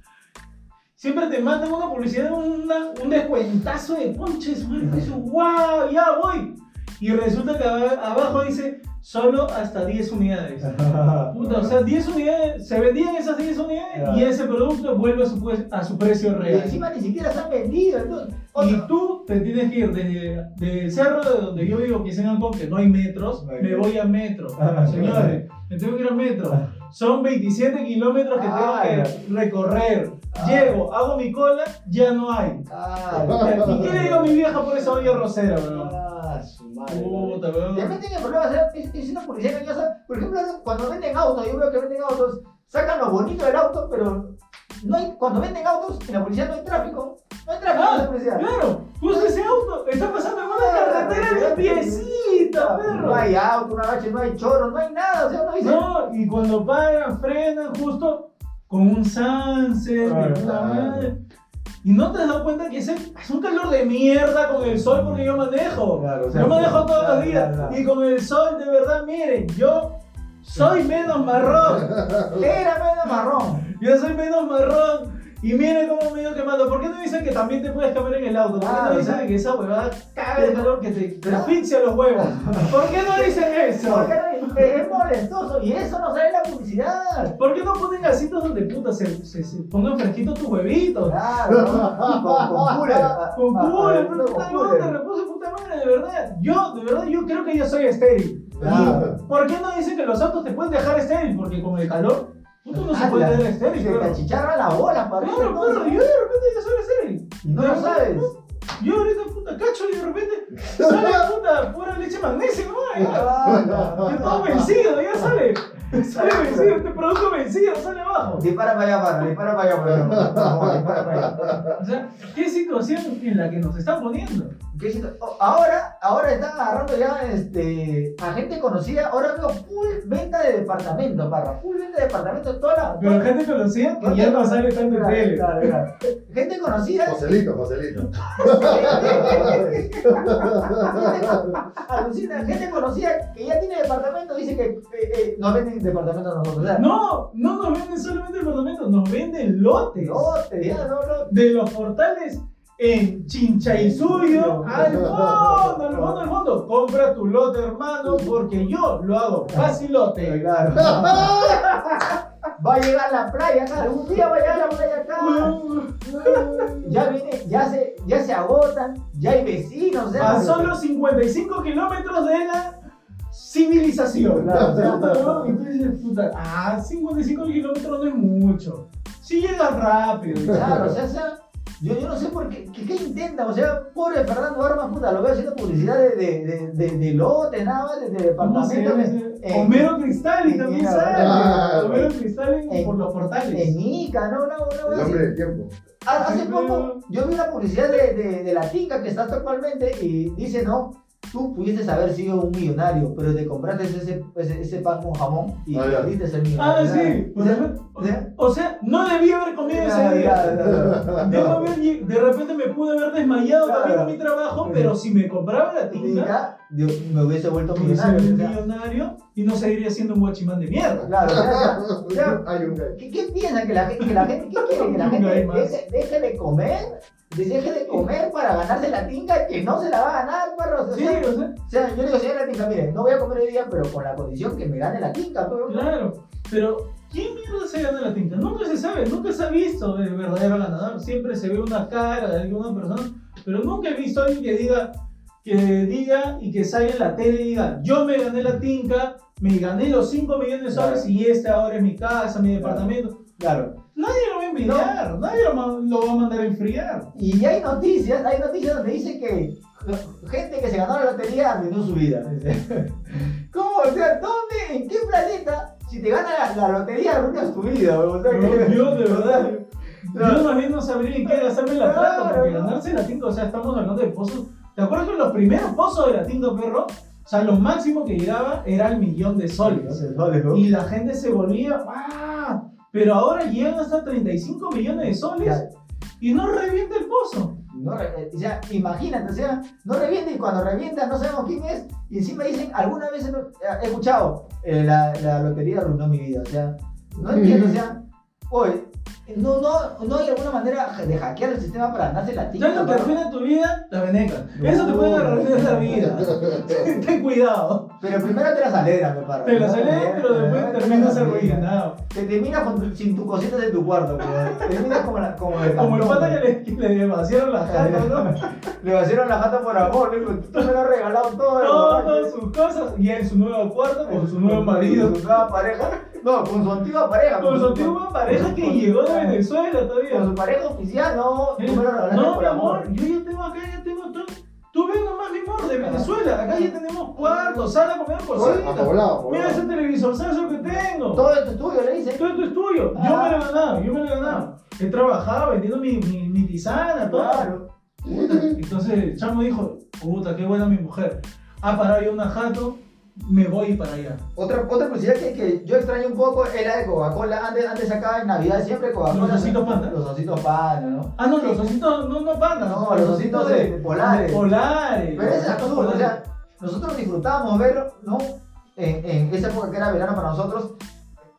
[SPEAKER 1] siempre te mandan una publicidad, una- un descuentazo de ponches, man, y dices, wow, ya voy. Y resulta que aba- abajo dice, solo hasta 10 unidades. Puta, o sea, 10 unidades, se vendían esas 10 unidades y ese producto vuelve a su, pue- a su precio
[SPEAKER 4] Y
[SPEAKER 1] real.
[SPEAKER 4] encima ni siquiera se han vendido, entonces.
[SPEAKER 1] Y
[SPEAKER 4] otra-
[SPEAKER 1] tú te tienes que ir desde, desde el cerro de donde yo vivo, que es en Ancón, que no hay metros,
[SPEAKER 3] No hay
[SPEAKER 1] me
[SPEAKER 3] metro.
[SPEAKER 1] voy a metro.
[SPEAKER 3] Ah,
[SPEAKER 1] Señores, me tengo que ir a metro. Son 27 kilómetros que
[SPEAKER 4] Ah,
[SPEAKER 1] tengo que recorrer.
[SPEAKER 4] Ah.
[SPEAKER 1] Llego, hago mi cola, ya no hay.
[SPEAKER 4] Claro.
[SPEAKER 1] ¿Y qué le digo a mi vieja por esa olla rosera, weón?
[SPEAKER 4] Ah, su madre. madre.
[SPEAKER 1] Puta,
[SPEAKER 4] Te
[SPEAKER 1] weón. Ah,
[SPEAKER 4] meten en problemas, ¿eh? es, es una publicidad engañosa. Por ejemplo, cuando venden autos, yo veo que venden autos, sacan lo bonito del auto, pero no hay, cuando venden autos, en la publicidad no hay tráfico. No hay tráfico en
[SPEAKER 1] Ah,
[SPEAKER 4] la publicidad.
[SPEAKER 1] claro, justo ese auto está pasando en una carretera limpiecita,
[SPEAKER 4] No
[SPEAKER 1] perro.
[SPEAKER 4] hay auto, una bache, no hay chorro, no hay nada, o sea, no hay...
[SPEAKER 1] No, y cuando paran, frenan justo con un sunset.
[SPEAKER 3] Claro,
[SPEAKER 1] de puta
[SPEAKER 2] claro.
[SPEAKER 1] madre. Y no te has dado cuenta que ese es un calor de mierda con el sol porque yo manejo.
[SPEAKER 3] Claro, o sea,
[SPEAKER 1] yo manejo todos
[SPEAKER 3] claro,
[SPEAKER 1] los días.
[SPEAKER 3] claro, claro.
[SPEAKER 1] Y con el sol, de verdad, miren, yo soy menos marrón.
[SPEAKER 4] Era menos marrón.
[SPEAKER 1] Yo soy menos marrón. Y miren cómo medio quemando. ¿Por qué no dicen que también te puedes quemar en el auto? ¿Por qué
[SPEAKER 4] Claro,
[SPEAKER 1] no dicen
[SPEAKER 4] claro.
[SPEAKER 1] que esa huevada caga de calor que te, te asfixia los huevos? ¿Por qué no dicen eso?
[SPEAKER 4] Porque es molestoso y eso no sale en la publicidad.
[SPEAKER 1] ¿Por qué no ponen asitos donde puta se, se, se pongan fresquitos tus huevitos?
[SPEAKER 4] Claro, con, con cooler.
[SPEAKER 1] Con
[SPEAKER 4] Ah, ah,
[SPEAKER 1] culo,
[SPEAKER 4] con
[SPEAKER 1] puta
[SPEAKER 4] cooler.
[SPEAKER 1] madre, te repuso puta madre, de verdad. Yo, de verdad, yo creo que yo soy estéril.
[SPEAKER 2] Claro.
[SPEAKER 1] ¿Por qué no dicen que los autos te pueden dejar estéril? Porque con el calor, puta no se
[SPEAKER 4] Ah,
[SPEAKER 1] puede
[SPEAKER 4] la-
[SPEAKER 1] tener estéril,
[SPEAKER 4] Se te
[SPEAKER 1] claro.
[SPEAKER 4] achicharra la bola, parece.
[SPEAKER 1] Claro, claro, yo de repente yo soy estéril.
[SPEAKER 4] Y no lo sabes.
[SPEAKER 1] Yo ahorita puta cacho y de repente sale puta pura leche magnesia, ¿no? Ahí va.
[SPEAKER 4] Ah,
[SPEAKER 1] Yo todo vencido, ya sale. Sale vencido, este producto vencido, sale abajo.
[SPEAKER 4] Dispara para allá, para, dispara para allá, para. Por favor, dispara para allá.
[SPEAKER 1] O sea, ¿qué situación en la que nos están poniendo?
[SPEAKER 4] ¿Qué siento? Oh, ahora, ahora están agarrando ya este, a gente conocida. Ahora veo full venta de departamento, parra. Full venta de departamento. Toda la.
[SPEAKER 1] Pero gente conocida que ya no sale tanto en
[SPEAKER 4] Claro,
[SPEAKER 1] tele.
[SPEAKER 4] claro, claro. Gente conocida.
[SPEAKER 2] Joselito, Joselito.
[SPEAKER 4] Alucina, gente conocida que ya tiene departamento. Dice que eh, eh, nos venden departamento a nosotros. O sea,
[SPEAKER 1] No, no nos venden solamente departamentos, nos venden lotes.
[SPEAKER 4] lote, ya, no, no.
[SPEAKER 1] De los portales en Chinchaysuyo,
[SPEAKER 4] No.
[SPEAKER 1] al fondo, al fondo, al fondo. Compra tu lote, hermano, porque yo lo hago facilote.
[SPEAKER 4] Claro. Va a llegar la playa acá, algún día va a llegar la playa acá. Ya viene, ya se, ya se agotan, ya hay vecinos, o sea,
[SPEAKER 1] A solo 55 kilómetros de la civilización.
[SPEAKER 4] Claro, claro, claro.
[SPEAKER 1] Y tú dices, puta, ah, 55 kilómetros no es mucho. Si llegas rápido.
[SPEAKER 4] Claro, o sea, o sea, yo, yo no sé por qué, qué, qué intentan, o sea, pobre Fernando Armas, puta, lo veo haciendo publicidad de, de, de, de, de lotes, nada más, de, de
[SPEAKER 1] ¿Cómo se
[SPEAKER 4] departamentos.
[SPEAKER 1] llama
[SPEAKER 4] en-
[SPEAKER 1] ese?
[SPEAKER 4] en-
[SPEAKER 1] Eh, Homero Cristalli también
[SPEAKER 4] en-
[SPEAKER 1] sale.
[SPEAKER 2] Ah,
[SPEAKER 1] Homero Cristalli
[SPEAKER 4] en-
[SPEAKER 1] por los portales.
[SPEAKER 4] En Ica, no, no, no,
[SPEAKER 2] El
[SPEAKER 4] no.
[SPEAKER 2] hombre del tiempo.
[SPEAKER 4] Ha- Ah, Hace
[SPEAKER 1] Sí,
[SPEAKER 4] poco yo vi la publicidad de, de, de la finca que está actualmente y dice, ¿no? Tú pudieses haber sido un millonario, pero te compraste ese, ese, ese pan con jamón y
[SPEAKER 2] Ah, ya.
[SPEAKER 4] perdiste ser millonario.
[SPEAKER 1] Ah, sí. O
[SPEAKER 4] O sea,
[SPEAKER 1] sea,
[SPEAKER 4] o sea,
[SPEAKER 1] o sea, no debí haber comido ese día.
[SPEAKER 4] ya, ya, ya.
[SPEAKER 1] Debo haber lleg- de repente me pude haber desmayado
[SPEAKER 4] Claro.
[SPEAKER 1] también en mi trabajo, pero si me compraba la tinta,
[SPEAKER 4] Tinta, yo me hubiese vuelto
[SPEAKER 1] me hubiese vuelto
[SPEAKER 4] millonario. o sea.
[SPEAKER 1] millonario y no seguiría siendo un guachimán de mierda.
[SPEAKER 4] Claro, ya, ya, ya.
[SPEAKER 2] Hay un gay.
[SPEAKER 4] ¿Qué, ¿Qué piensan? ¿Que la gente, que la gente, qué quiere? ¿Que la
[SPEAKER 1] Nunca hay
[SPEAKER 4] gente
[SPEAKER 1] más.
[SPEAKER 4] deje, deje de comer? ¿Deje de comer para ganarse la tinga que no se la va a ganar, perro? O
[SPEAKER 1] Sí,
[SPEAKER 4] sea,
[SPEAKER 1] o sea,
[SPEAKER 4] o sea, yo le digo, señor la tinga, mire, no voy a comer hoy día, pero con la condición que me gane la tinga, pero
[SPEAKER 1] claro. Pero, ¿quién mierda se gana la tinta? Nunca se sabe, nunca se ha visto el verdadero ganador. Siempre se ve una cara de alguna persona, pero nunca he visto a alguien que diga, que diga y que salga en la tele y diga, yo me gané la tinta, me gané los 5 millones de soles y este ahora es mi casa, mi
[SPEAKER 4] Claro.
[SPEAKER 1] departamento.
[SPEAKER 4] Claro.
[SPEAKER 1] Nadie lo va a envidiar, nadie lo, ma- lo va a mandar a enfriar.
[SPEAKER 4] Y hay noticias, hay noticias donde dice que gente que se ganó la lotería arruinó su vida. ¿Cómo? O sea, ¿dónde? ¿En qué planeta? Si te ganas la, la lotería arruinas tu vida, o sea,
[SPEAKER 1] Yo,
[SPEAKER 4] que-
[SPEAKER 1] yo, de verdad,
[SPEAKER 4] Claro.
[SPEAKER 1] yo más bien no sabría en qué gastarme la plata,
[SPEAKER 4] Claro,
[SPEAKER 1] porque
[SPEAKER 4] no.
[SPEAKER 1] ganarse la tinta, o sea, estamos hablando de pozos. ¿Te acuerdas que los primeros pozos de la tinta, perro? O sea, lo máximo que llegaba era el millón de soles.
[SPEAKER 4] Soles, ¿no?
[SPEAKER 1] Y la gente se volvía, ¡ah! Pero ahora llegan hasta 35 millones de soles
[SPEAKER 4] Ya,
[SPEAKER 1] y no revienta el pozo.
[SPEAKER 4] no re- o sea, imagínate, o sea, no revienta y cuando revienta no sabemos quién es. Y encima dicen, alguna vez he he escuchado, eh, la, la lotería arruinó mi vida. O sea, no entiendo, o sea, oye, no, no, no hay alguna manera de hackear el sistema para ganarse la tinta.
[SPEAKER 1] Ya lo que
[SPEAKER 4] ¿no?
[SPEAKER 1] arruina tu vida, la veneca. Eso te puede arruinar la vida. Ten cuidado.
[SPEAKER 4] Pero primero te las alegras, me parece.
[SPEAKER 1] Te lo sale, pero después terminas arruinado.
[SPEAKER 4] Te terminas con tu- sin tu cosita de tu cuarto, pero terminas como, la, como el
[SPEAKER 1] Como el
[SPEAKER 4] cantón,
[SPEAKER 1] pata
[SPEAKER 4] ¿no?
[SPEAKER 1] que le, que le vaciaron la jata, ¿no?
[SPEAKER 4] Le vaciaron la jata por amor, le dijo, tú me lo has regalado todo.
[SPEAKER 1] Todas sus cosas. Y en su nuevo cuarto con su nuevo marido.
[SPEAKER 4] Con su nueva pareja. No, con su antigua pareja.
[SPEAKER 1] Con su antigua pareja que llegó de Venezuela
[SPEAKER 4] Con
[SPEAKER 1] todavía.
[SPEAKER 4] su pareja oficial, no. Tú me lo regalaste
[SPEAKER 1] No,
[SPEAKER 4] por
[SPEAKER 1] mi amor, yo ya tengo acá, ya tengo todo. Tú ves nomás, mi amor, de Venezuela. Acá ya tenemos cuarto, sala a comer cositas.
[SPEAKER 2] Amoblado,
[SPEAKER 1] Mira ese
[SPEAKER 2] amoblado.
[SPEAKER 1] televisor, ¿sabes lo que tengo?
[SPEAKER 4] Todo Ah. esto es tuyo, le dice.
[SPEAKER 1] Todo esto es tuyo. Yo me lo he ganado, yo me lo he ganado. He trabajado vendiendo mi, mi, mi tisana, todo.
[SPEAKER 4] Claro.
[SPEAKER 1] Puta, Entonces el chamo dijo, puta, qué buena mi mujer. Ah, Ha parado ya una jato, me voy para allá.
[SPEAKER 4] Otra, otra curiosidad que, que yo extraño un poco es la de Coca-Cola. Antes, antes sacaba en Navidad siempre Coca-Cola.
[SPEAKER 1] Los ositos panda.
[SPEAKER 4] Los ositos panda, ¿no?
[SPEAKER 1] Ah, no, los ositos, no, no pandas.
[SPEAKER 4] No, los ositos de- polares.
[SPEAKER 1] Polares.
[SPEAKER 4] Pero es
[SPEAKER 1] Los ositos
[SPEAKER 4] absurdo, o
[SPEAKER 1] polares.
[SPEAKER 4] sea, nosotros disfrutábamos verlo, ¿no? En, en esa época que era verano para nosotros,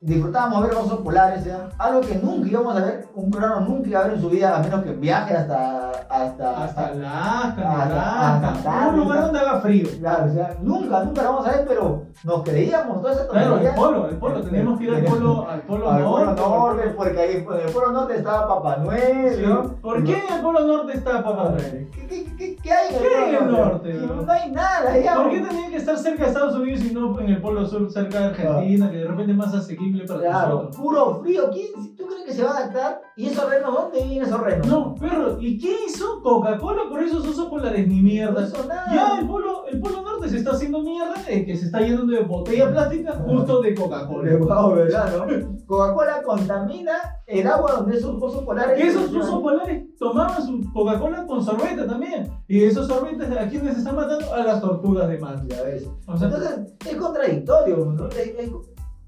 [SPEAKER 4] disfrutábamos ver osos polares, ¿ya? algo que nunca íbamos a ver, un peruano nunca iba a ver en su vida, a menos que viaje hasta... hasta,
[SPEAKER 1] Hasta
[SPEAKER 4] hasta-
[SPEAKER 1] Alaska,
[SPEAKER 4] Hasta-
[SPEAKER 1] Nebraska,
[SPEAKER 4] hasta
[SPEAKER 1] un lugar
[SPEAKER 4] Alaska.
[SPEAKER 1] donde haga frío.
[SPEAKER 4] Claro, o sea, nunca, nunca lo vamos a ver, pero nos creíamos toda esa
[SPEAKER 1] Claro, el
[SPEAKER 4] tontería.
[SPEAKER 1] polo, el polo, tenemos que ir al polo, al polo
[SPEAKER 4] Al Polo
[SPEAKER 1] norte.
[SPEAKER 4] Norte, porque ahí en el Polo Norte estaba Papá Noel,
[SPEAKER 1] Sí.
[SPEAKER 4] ¿no?
[SPEAKER 1] ¿Por qué en el polo norte está Papá Noel?
[SPEAKER 4] ¿Qué, qué, qué, qué hay en
[SPEAKER 1] ¿Qué
[SPEAKER 4] el
[SPEAKER 1] hay en el
[SPEAKER 4] Polo
[SPEAKER 1] norte, no?
[SPEAKER 4] No, hay nada, ya.
[SPEAKER 1] ¿Por qué tenía que estar cerca de Estados Unidos y no en el polo sur, cerca de Argentina, que de repente es más asequible para
[SPEAKER 4] Ah. Claro,
[SPEAKER 1] nosotros?
[SPEAKER 4] puro frío. ¿Quién, ¿Tú crees que se va a adaptar? ¿Y esos renos? ¿Dónde viven esos renos?
[SPEAKER 1] No, perro, ¿y qué hizo Coca-Cola por esos osos polares? Ni
[SPEAKER 4] no
[SPEAKER 1] mierda.
[SPEAKER 4] hizo nada.
[SPEAKER 1] Ya el polo, el polo norte se está haciendo mierda, eh, que se está llenando de botella plástica justo de
[SPEAKER 4] Ole,
[SPEAKER 1] Coca-Cola.
[SPEAKER 4] guau, ¿verdad, no? Coca-Cola contamina el agua donde esos osos polares.
[SPEAKER 1] Esos osos polares tomaban su Coca-Cola con sorbete también. Y esos sorbetes, ¿a quiénes están matando? A las tortugas de mar.
[SPEAKER 4] Ya ves.
[SPEAKER 1] O sea,
[SPEAKER 4] Entonces, es contradictorio. ¿no? Es- es-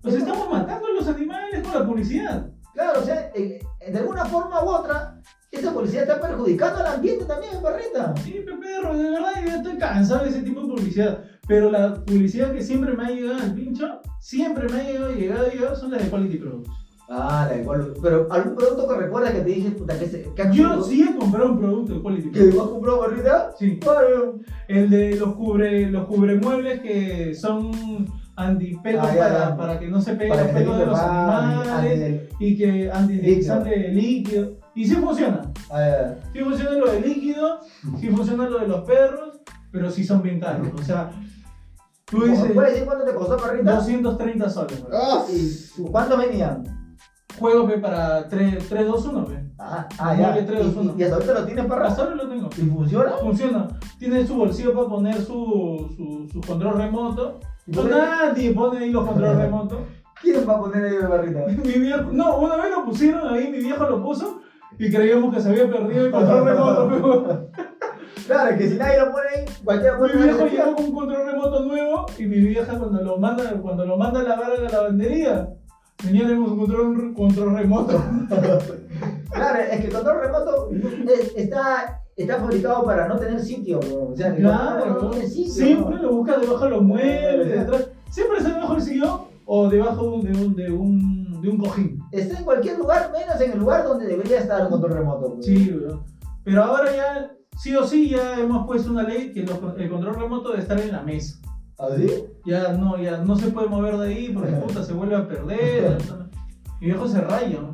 [SPEAKER 1] nos estamos matando a los animales con la publicidad.
[SPEAKER 4] claro, o sea, eh, de alguna forma u otra, esa policía está perjudicando al ambiente también, perrita.
[SPEAKER 1] Sí, pe- perro, de verdad, yo ya estoy cansado de ese tipo de publicidad. Pero la publicidad que siempre me ha llegado al pincho, siempre me ha llegado, llegado, llegado, son las de Quality Products.
[SPEAKER 4] Ah, da igual. Pero algún producto que recuerdas que te dije, puta, que se. Que
[SPEAKER 1] Yo sí he comprado un producto de Quality
[SPEAKER 4] Que
[SPEAKER 1] Products.
[SPEAKER 4] vas a comprar barrita.
[SPEAKER 1] Sí.
[SPEAKER 4] Claro.
[SPEAKER 1] El de los cubre los cubremuebles que son antipelos
[SPEAKER 4] Ah, ya,
[SPEAKER 1] para,
[SPEAKER 4] ya.
[SPEAKER 1] para que no se peguen
[SPEAKER 4] Para
[SPEAKER 1] los
[SPEAKER 4] que te
[SPEAKER 1] pelos de los
[SPEAKER 4] ah,
[SPEAKER 1] animales
[SPEAKER 4] ándale.
[SPEAKER 1] y que antideslizante líquido. Y sí funciona.
[SPEAKER 4] A ver.
[SPEAKER 1] Sí funciona lo de líquido, sí funciona lo de los perros, pero sí son bien caros. O sea, tú dices
[SPEAKER 4] ¿Puedes decir cuánto te costó, perrita?
[SPEAKER 1] 230 soles. güey.
[SPEAKER 2] Ah,
[SPEAKER 4] ¿Y cuántos venían?
[SPEAKER 1] Juego que para 3, 3 2, 1. güey.
[SPEAKER 4] Ah, ah ya.
[SPEAKER 1] Nueve, tres,
[SPEAKER 4] ¿Y, y-
[SPEAKER 1] uno.
[SPEAKER 4] y hasta ahorita lo tienes, perra?
[SPEAKER 1] Hasta ahora lo tengo.
[SPEAKER 4] ¿Y funciona?
[SPEAKER 1] Funciona. Tiene su bolsillo para poner su, su, su control remoto.
[SPEAKER 4] ¿Y
[SPEAKER 1] No,
[SPEAKER 4] por qué?
[SPEAKER 1] nadie pone ahí los controles remotos.
[SPEAKER 4] ¿Quién va a poner ahí la barrita?
[SPEAKER 1] Mi viejo, no, una vez lo pusieron ahí, mi viejo lo puso y creíamos que se había perdido el control remoto. pero-
[SPEAKER 4] Claro, es que si nadie lo pone ahí, cualquiera
[SPEAKER 1] Mi
[SPEAKER 4] puede poner
[SPEAKER 1] viejo
[SPEAKER 4] ese
[SPEAKER 1] llegó con un control remoto nuevo y mi vieja cuando lo manda, cuando lo manda a lavar a la lavandería, tenía un control, un control remoto.
[SPEAKER 4] Claro, es que el control remoto es- está, está fabricado para no tener sitio, bro. o sea, que no, no
[SPEAKER 1] Claro,
[SPEAKER 4] tiene sitio.
[SPEAKER 1] siempre lo buscas debajo de los muebles,
[SPEAKER 4] Claro.
[SPEAKER 1] detrás. Siempre está debajo del sillón o debajo de un, de un, de un, de un cojín.
[SPEAKER 4] Está en cualquier lugar, menos en el lugar donde debería estar el control remoto. bro.
[SPEAKER 1] Sí, weón. Pero ahora ya, sí o sí, ya hemos puesto una ley que los- el control remoto debe estar en la mesa.
[SPEAKER 4] ¿Así?
[SPEAKER 1] Ya no, ya no se puede mover de ahí porque puta se vuelve a perder. Mi viejo se raya, ¿no?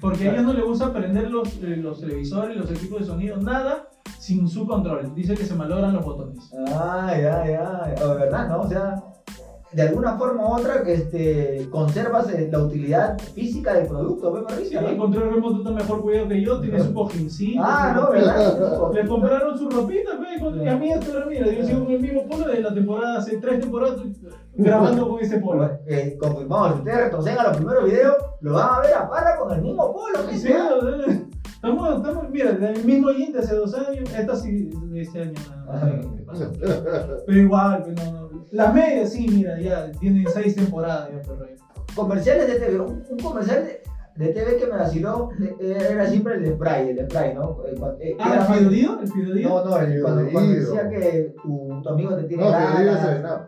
[SPEAKER 1] Porque a ellos no les gusta prender los, eh, los televisores, los equipos de sonido, nada sin su control. Dice que se malogran los botones.
[SPEAKER 4] Ay, ay, ay. O de verdad, ¿no? O sea, de alguna forma u otra, este, conservas eh, la utilidad física del producto, ¿ves,
[SPEAKER 1] Sí, pues,
[SPEAKER 4] Mauricio?
[SPEAKER 1] el control remoto está mejor cuidado que yo, tiene su cojincito.
[SPEAKER 4] Ah,
[SPEAKER 1] su
[SPEAKER 4] no, ¿verdad?
[SPEAKER 1] Le compraron su ropita, pe, con- y a mí hasta ahora, mira, yo sigo con el mismo polo de la temporada, hace tres temporadas grabando con ese polo.
[SPEAKER 4] Bueno, eh, confirmamos, si ustedes retroceden a los primeros videos, lo van a ver a Parra con el mismo polo,
[SPEAKER 1] Sí,
[SPEAKER 4] gente,
[SPEAKER 1] sí,
[SPEAKER 4] ¿ah?
[SPEAKER 1] o sea, Estamos, estamos, mira, el mismo oyente hace dos años, esta sí, de este año nada más, que pasó. Pero igual, pues, no, no. Las medias sí, mira, ya tienen seis temporadas, ya, pero ya.
[SPEAKER 4] Comerciales de TV, un, un comercial de, de TV que me vaciló eh, era siempre el de Spray, el de Spray, ¿no? Eh, cuando- eh, era
[SPEAKER 1] Ah,
[SPEAKER 4] más-
[SPEAKER 1] el Fideodío, el Fideodío.
[SPEAKER 4] No, no, el,
[SPEAKER 2] Fideodío.
[SPEAKER 4] cuando, cuando decía que tu, tu amigo te tiene
[SPEAKER 2] No,
[SPEAKER 4] ganas,
[SPEAKER 2] que diga Serenado.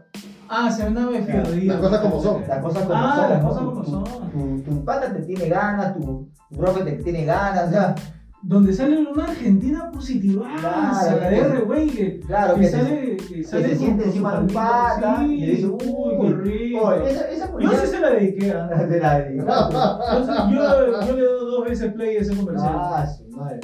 [SPEAKER 1] Ah, se andaba de Fideodío.
[SPEAKER 2] Las cosas como son.
[SPEAKER 4] las cosas como
[SPEAKER 1] Ah,
[SPEAKER 4] son,
[SPEAKER 1] las
[SPEAKER 4] ¿no?
[SPEAKER 1] cosas como
[SPEAKER 4] Tu-
[SPEAKER 1] son.
[SPEAKER 4] Tu, tu pata te tiene ganas, tu, tu profe te tiene ganas, o sea,
[SPEAKER 1] Donde sale una Argentina positiva.
[SPEAKER 4] Claro,
[SPEAKER 1] la
[SPEAKER 4] que-
[SPEAKER 1] R, güey. Que,
[SPEAKER 4] claro
[SPEAKER 1] que
[SPEAKER 4] que te-
[SPEAKER 1] sale, que sale
[SPEAKER 4] se
[SPEAKER 1] con- con
[SPEAKER 4] siente
[SPEAKER 1] su
[SPEAKER 4] encima de
[SPEAKER 1] palmito,
[SPEAKER 4] tu pata
[SPEAKER 1] sí,
[SPEAKER 4] y le dice,
[SPEAKER 1] uy, qué
[SPEAKER 4] "Uy,
[SPEAKER 1] rico.
[SPEAKER 4] Oye, esa, esa
[SPEAKER 1] Yo sí
[SPEAKER 4] publicidad
[SPEAKER 1] se la dediqué a.
[SPEAKER 4] de la de-
[SPEAKER 1] Entonces, yo, yo le doy dos veces play a ese comercial.
[SPEAKER 4] Ah, su madre.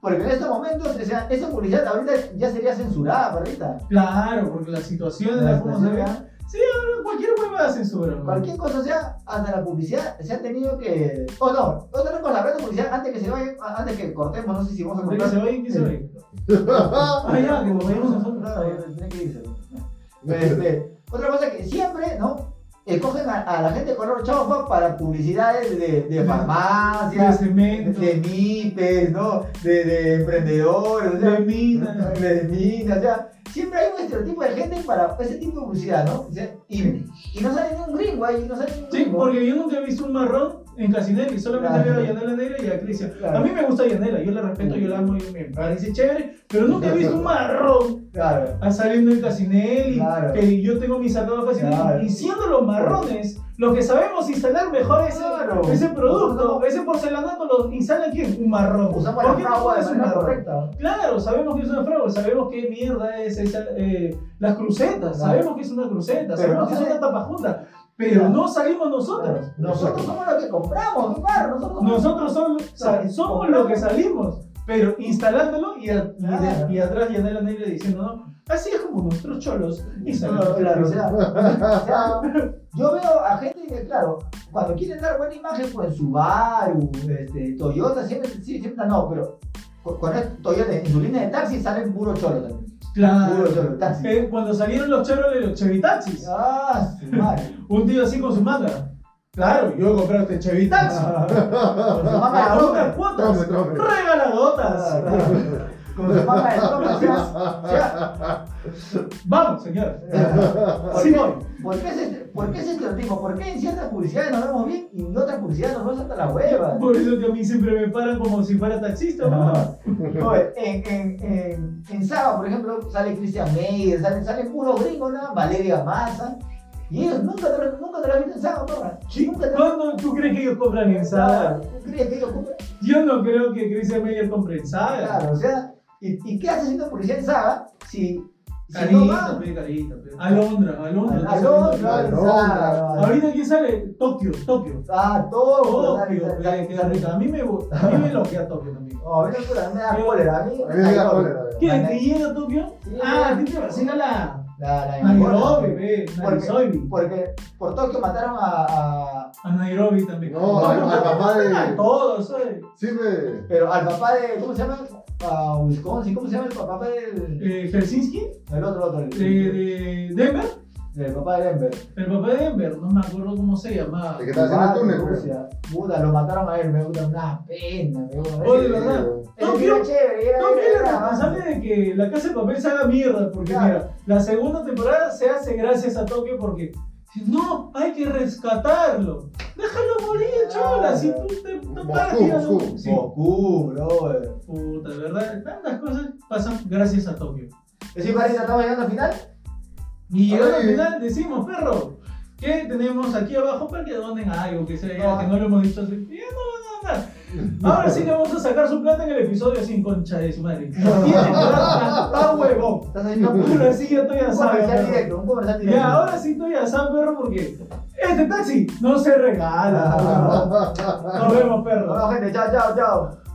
[SPEAKER 4] Porque en estos momentos, o sea, esa publicidad ahorita ya sería censurada, parrita.
[SPEAKER 1] Claro, porque la situación de la cómo se ve. Sí, ahora cualquier huevada censura. ¿no?
[SPEAKER 4] Cualquier cosa, o sea, hasta la publicidad se ha tenido que. Oh, no, otra cosa, hablando de publicidad, antes que se vaya, antes que cortemos, no sé si vamos a
[SPEAKER 1] Antes que
[SPEAKER 4] cortar.
[SPEAKER 1] se vaya, ¿qué se ve?
[SPEAKER 4] Ah,
[SPEAKER 1] ya, que nos vayamos nosotros.
[SPEAKER 4] No, no, no, tiene que irse. Este, otra cosa que siempre, ¿no? Escogen a, a la gente de color chaufa para publicidades de, de
[SPEAKER 1] De
[SPEAKER 4] farmacias, de,
[SPEAKER 1] cemento,
[SPEAKER 4] de MIPES, ¿no? De, de emprendedores, o sea,
[SPEAKER 1] de mina.
[SPEAKER 4] de mina, o sea, siempre hay un estereotipo de gente para ese tipo de publicidad, ¿no? O sea, y, y no sale ni un gringo ahí, no sale ni un
[SPEAKER 1] Sí,
[SPEAKER 4] gringo.
[SPEAKER 1] porque yo nunca he visto un marrón en Casinelli, solamente
[SPEAKER 4] Claro.
[SPEAKER 1] veo a Yanela Negra y a Cristian.
[SPEAKER 4] Claro.
[SPEAKER 1] A mí me gusta Yanela, yo la respeto, yo la amo, y me parece chévere, pero nunca he visto un marrón
[SPEAKER 4] Claro.
[SPEAKER 1] a- saliendo en Casinelli,
[SPEAKER 4] Claro.
[SPEAKER 1] que yo tengo mis sacados Casinelli,
[SPEAKER 4] Claro.
[SPEAKER 1] y siendo los marrones los que sabemos instalar mejor ese,
[SPEAKER 4] Claro.
[SPEAKER 1] ese producto, ese porcelanato, lo instala quién? Un marrón.
[SPEAKER 4] Usamos
[SPEAKER 1] ¿Por
[SPEAKER 4] la
[SPEAKER 1] qué
[SPEAKER 4] fragua
[SPEAKER 1] no
[SPEAKER 4] de
[SPEAKER 1] es un
[SPEAKER 4] manera
[SPEAKER 1] marrón?
[SPEAKER 4] correcta.
[SPEAKER 1] Claro, sabemos que es una fragua, sabemos qué mierda es esa, eh, las crucetas,
[SPEAKER 4] Claro.
[SPEAKER 1] sabemos que es una cruceta,
[SPEAKER 4] Pero
[SPEAKER 1] sabemos
[SPEAKER 4] no
[SPEAKER 1] que es
[SPEAKER 4] sale-
[SPEAKER 1] una tapajunta, pero
[SPEAKER 4] Claro.
[SPEAKER 1] no salimos nosotros.
[SPEAKER 4] Nosotros somos los que compramos, ¿no, par? Nosotros somos
[SPEAKER 1] Nosotros somos, o sea, somos los que salimos, pero instalándolo y, a- y de-
[SPEAKER 4] Claro.
[SPEAKER 1] y atrás Yanela Negra diciendo, no, así es como nuestros cholos instalan.
[SPEAKER 4] Claro, claro, o sea, o sea, yo veo a gente que, claro, cuando quieren dar buena imagen, pues Subaru, este, Toyota, siempre, sí, siempre, no, pero con, con el Toyota en su línea de taxi salen puro cholo también.
[SPEAKER 1] Claro.
[SPEAKER 4] Puro cholo, taxi.
[SPEAKER 1] Eh, cuando salieron los Chevrolet, los Chevitaxis,
[SPEAKER 4] Ah, su madre.
[SPEAKER 1] un tío así con su manga. Claro, yo he comprado este Chevitaxi.
[SPEAKER 4] Ah. Con su manga de
[SPEAKER 1] a unas
[SPEAKER 4] hombre.
[SPEAKER 1] cuotas,
[SPEAKER 2] Trome, trome.
[SPEAKER 4] Ah,
[SPEAKER 1] regaladotas.
[SPEAKER 4] Con su manga de hombre, o sea, o sea,
[SPEAKER 1] Vamos, señor.
[SPEAKER 4] ¿por
[SPEAKER 1] Sí,
[SPEAKER 4] qué-
[SPEAKER 1] voy.
[SPEAKER 4] ¿Por qué ese por qué ese estereotipo? ¿Por qué en ciertas publicidades nos vemos bien y en otras publicidades nos vemos hasta la hueva?
[SPEAKER 1] Por eso que a mí siempre me paran como si fuera taxista, ¿no?
[SPEAKER 4] Ah. Oye, en, en, en, en Saba, por ejemplo, sale Christian Meyer, sale, sale puro gringo, ¿no? Valeria Massa. Y ellos nunca te, lo- nunca te lo han visto en Saba, porra. Nunca te lo
[SPEAKER 1] ¿Cuándo tú crees que ellos compran en Zara?
[SPEAKER 4] ¿Tú crees que ellos compran?
[SPEAKER 1] Yo no creo que Christian Meyer compre en Zara.
[SPEAKER 4] Claro, o sea, ¿y, y qué hace siendo policía en Saba si, si no
[SPEAKER 1] Carita,
[SPEAKER 4] va?
[SPEAKER 1] pe, carita, pe. Alondra, Alondra.
[SPEAKER 4] Alondra, en Saba.
[SPEAKER 1] Ahorita aquí sale Tokio, Tokio.
[SPEAKER 4] Ah, todo. sale,
[SPEAKER 1] Tokio,
[SPEAKER 4] sale,
[SPEAKER 1] pe,
[SPEAKER 4] sale,
[SPEAKER 1] qué
[SPEAKER 4] sale.
[SPEAKER 1] rica. A mí me bu- a mí me loquea Tokio también.
[SPEAKER 4] No, a mí no me da- me da cólera. A mí
[SPEAKER 2] A mí me da cólera.
[SPEAKER 1] ¿Qué? ¿Te llega Tokio?
[SPEAKER 4] Sí.
[SPEAKER 1] Ah, a ti te vacila la.
[SPEAKER 4] La, la,
[SPEAKER 1] Nairobi, ve. Nairobi.
[SPEAKER 4] Porque por Tokio mataron a- a,
[SPEAKER 1] A Nairobi también.
[SPEAKER 2] No, al- al papá de-
[SPEAKER 1] A todos, ¿sabes?
[SPEAKER 2] Sí, me.
[SPEAKER 4] Pero al papá de. ¿Cómo se llama? A Wisconsin. ¿Cómo se llama el papá del.
[SPEAKER 1] Eh, Helsinki,
[SPEAKER 4] El otro, otro.
[SPEAKER 1] de, de Denver.
[SPEAKER 4] De del papá de Denver.
[SPEAKER 1] El papá de Denver, no me acuerdo cómo se llamaba.
[SPEAKER 2] El que estaba haciendo el
[SPEAKER 4] Madre,
[SPEAKER 2] túnel, pues.
[SPEAKER 4] Rusia. Puta, lo mataron a él, me gusta una pena, me gusta.
[SPEAKER 1] Oye, ¿verdad? No,
[SPEAKER 4] Era
[SPEAKER 1] quiero-
[SPEAKER 4] chévere, era-
[SPEAKER 1] No, que es
[SPEAKER 4] era-
[SPEAKER 1] la responsable de que la casa de papel se haga mierda, porque
[SPEAKER 4] Claro.
[SPEAKER 1] mira, la segunda temporada se hace gracias a Tokio porque no, hay que rescatarlo. Déjalo morir, chola,
[SPEAKER 4] Claro.
[SPEAKER 1] si tú te, te
[SPEAKER 2] Moscú,
[SPEAKER 1] paras tirando-
[SPEAKER 2] Moscú.
[SPEAKER 1] Sí,
[SPEAKER 4] Moscú, brother.
[SPEAKER 1] puta, ¿verdad? Tantas cosas pasan gracias a Tokio.
[SPEAKER 4] Es decir, parece que estamos llegando al final.
[SPEAKER 1] Y llegando al
[SPEAKER 2] Ay.
[SPEAKER 1] final decimos, perro, ¿qué tenemos aquí abajo para que donen algo que, se,
[SPEAKER 4] No.
[SPEAKER 1] que no lo hemos dicho? así? Ya no van a donar. Ahora sí que vamos a sacar su plata en el episodio sin concha de su madre. Ah, No tiene plata, está huevón.
[SPEAKER 4] Estás haciendo un
[SPEAKER 1] Ahora sí ya estoy asado.
[SPEAKER 4] comercial
[SPEAKER 1] perro.
[SPEAKER 4] directo, un comercial
[SPEAKER 1] Y
[SPEAKER 4] directo.
[SPEAKER 1] ahora sí estoy asado, perro, porque este taxi no se regala. perro. Nos vemos, perro.
[SPEAKER 4] Bueno, gente, chao, chao, chao.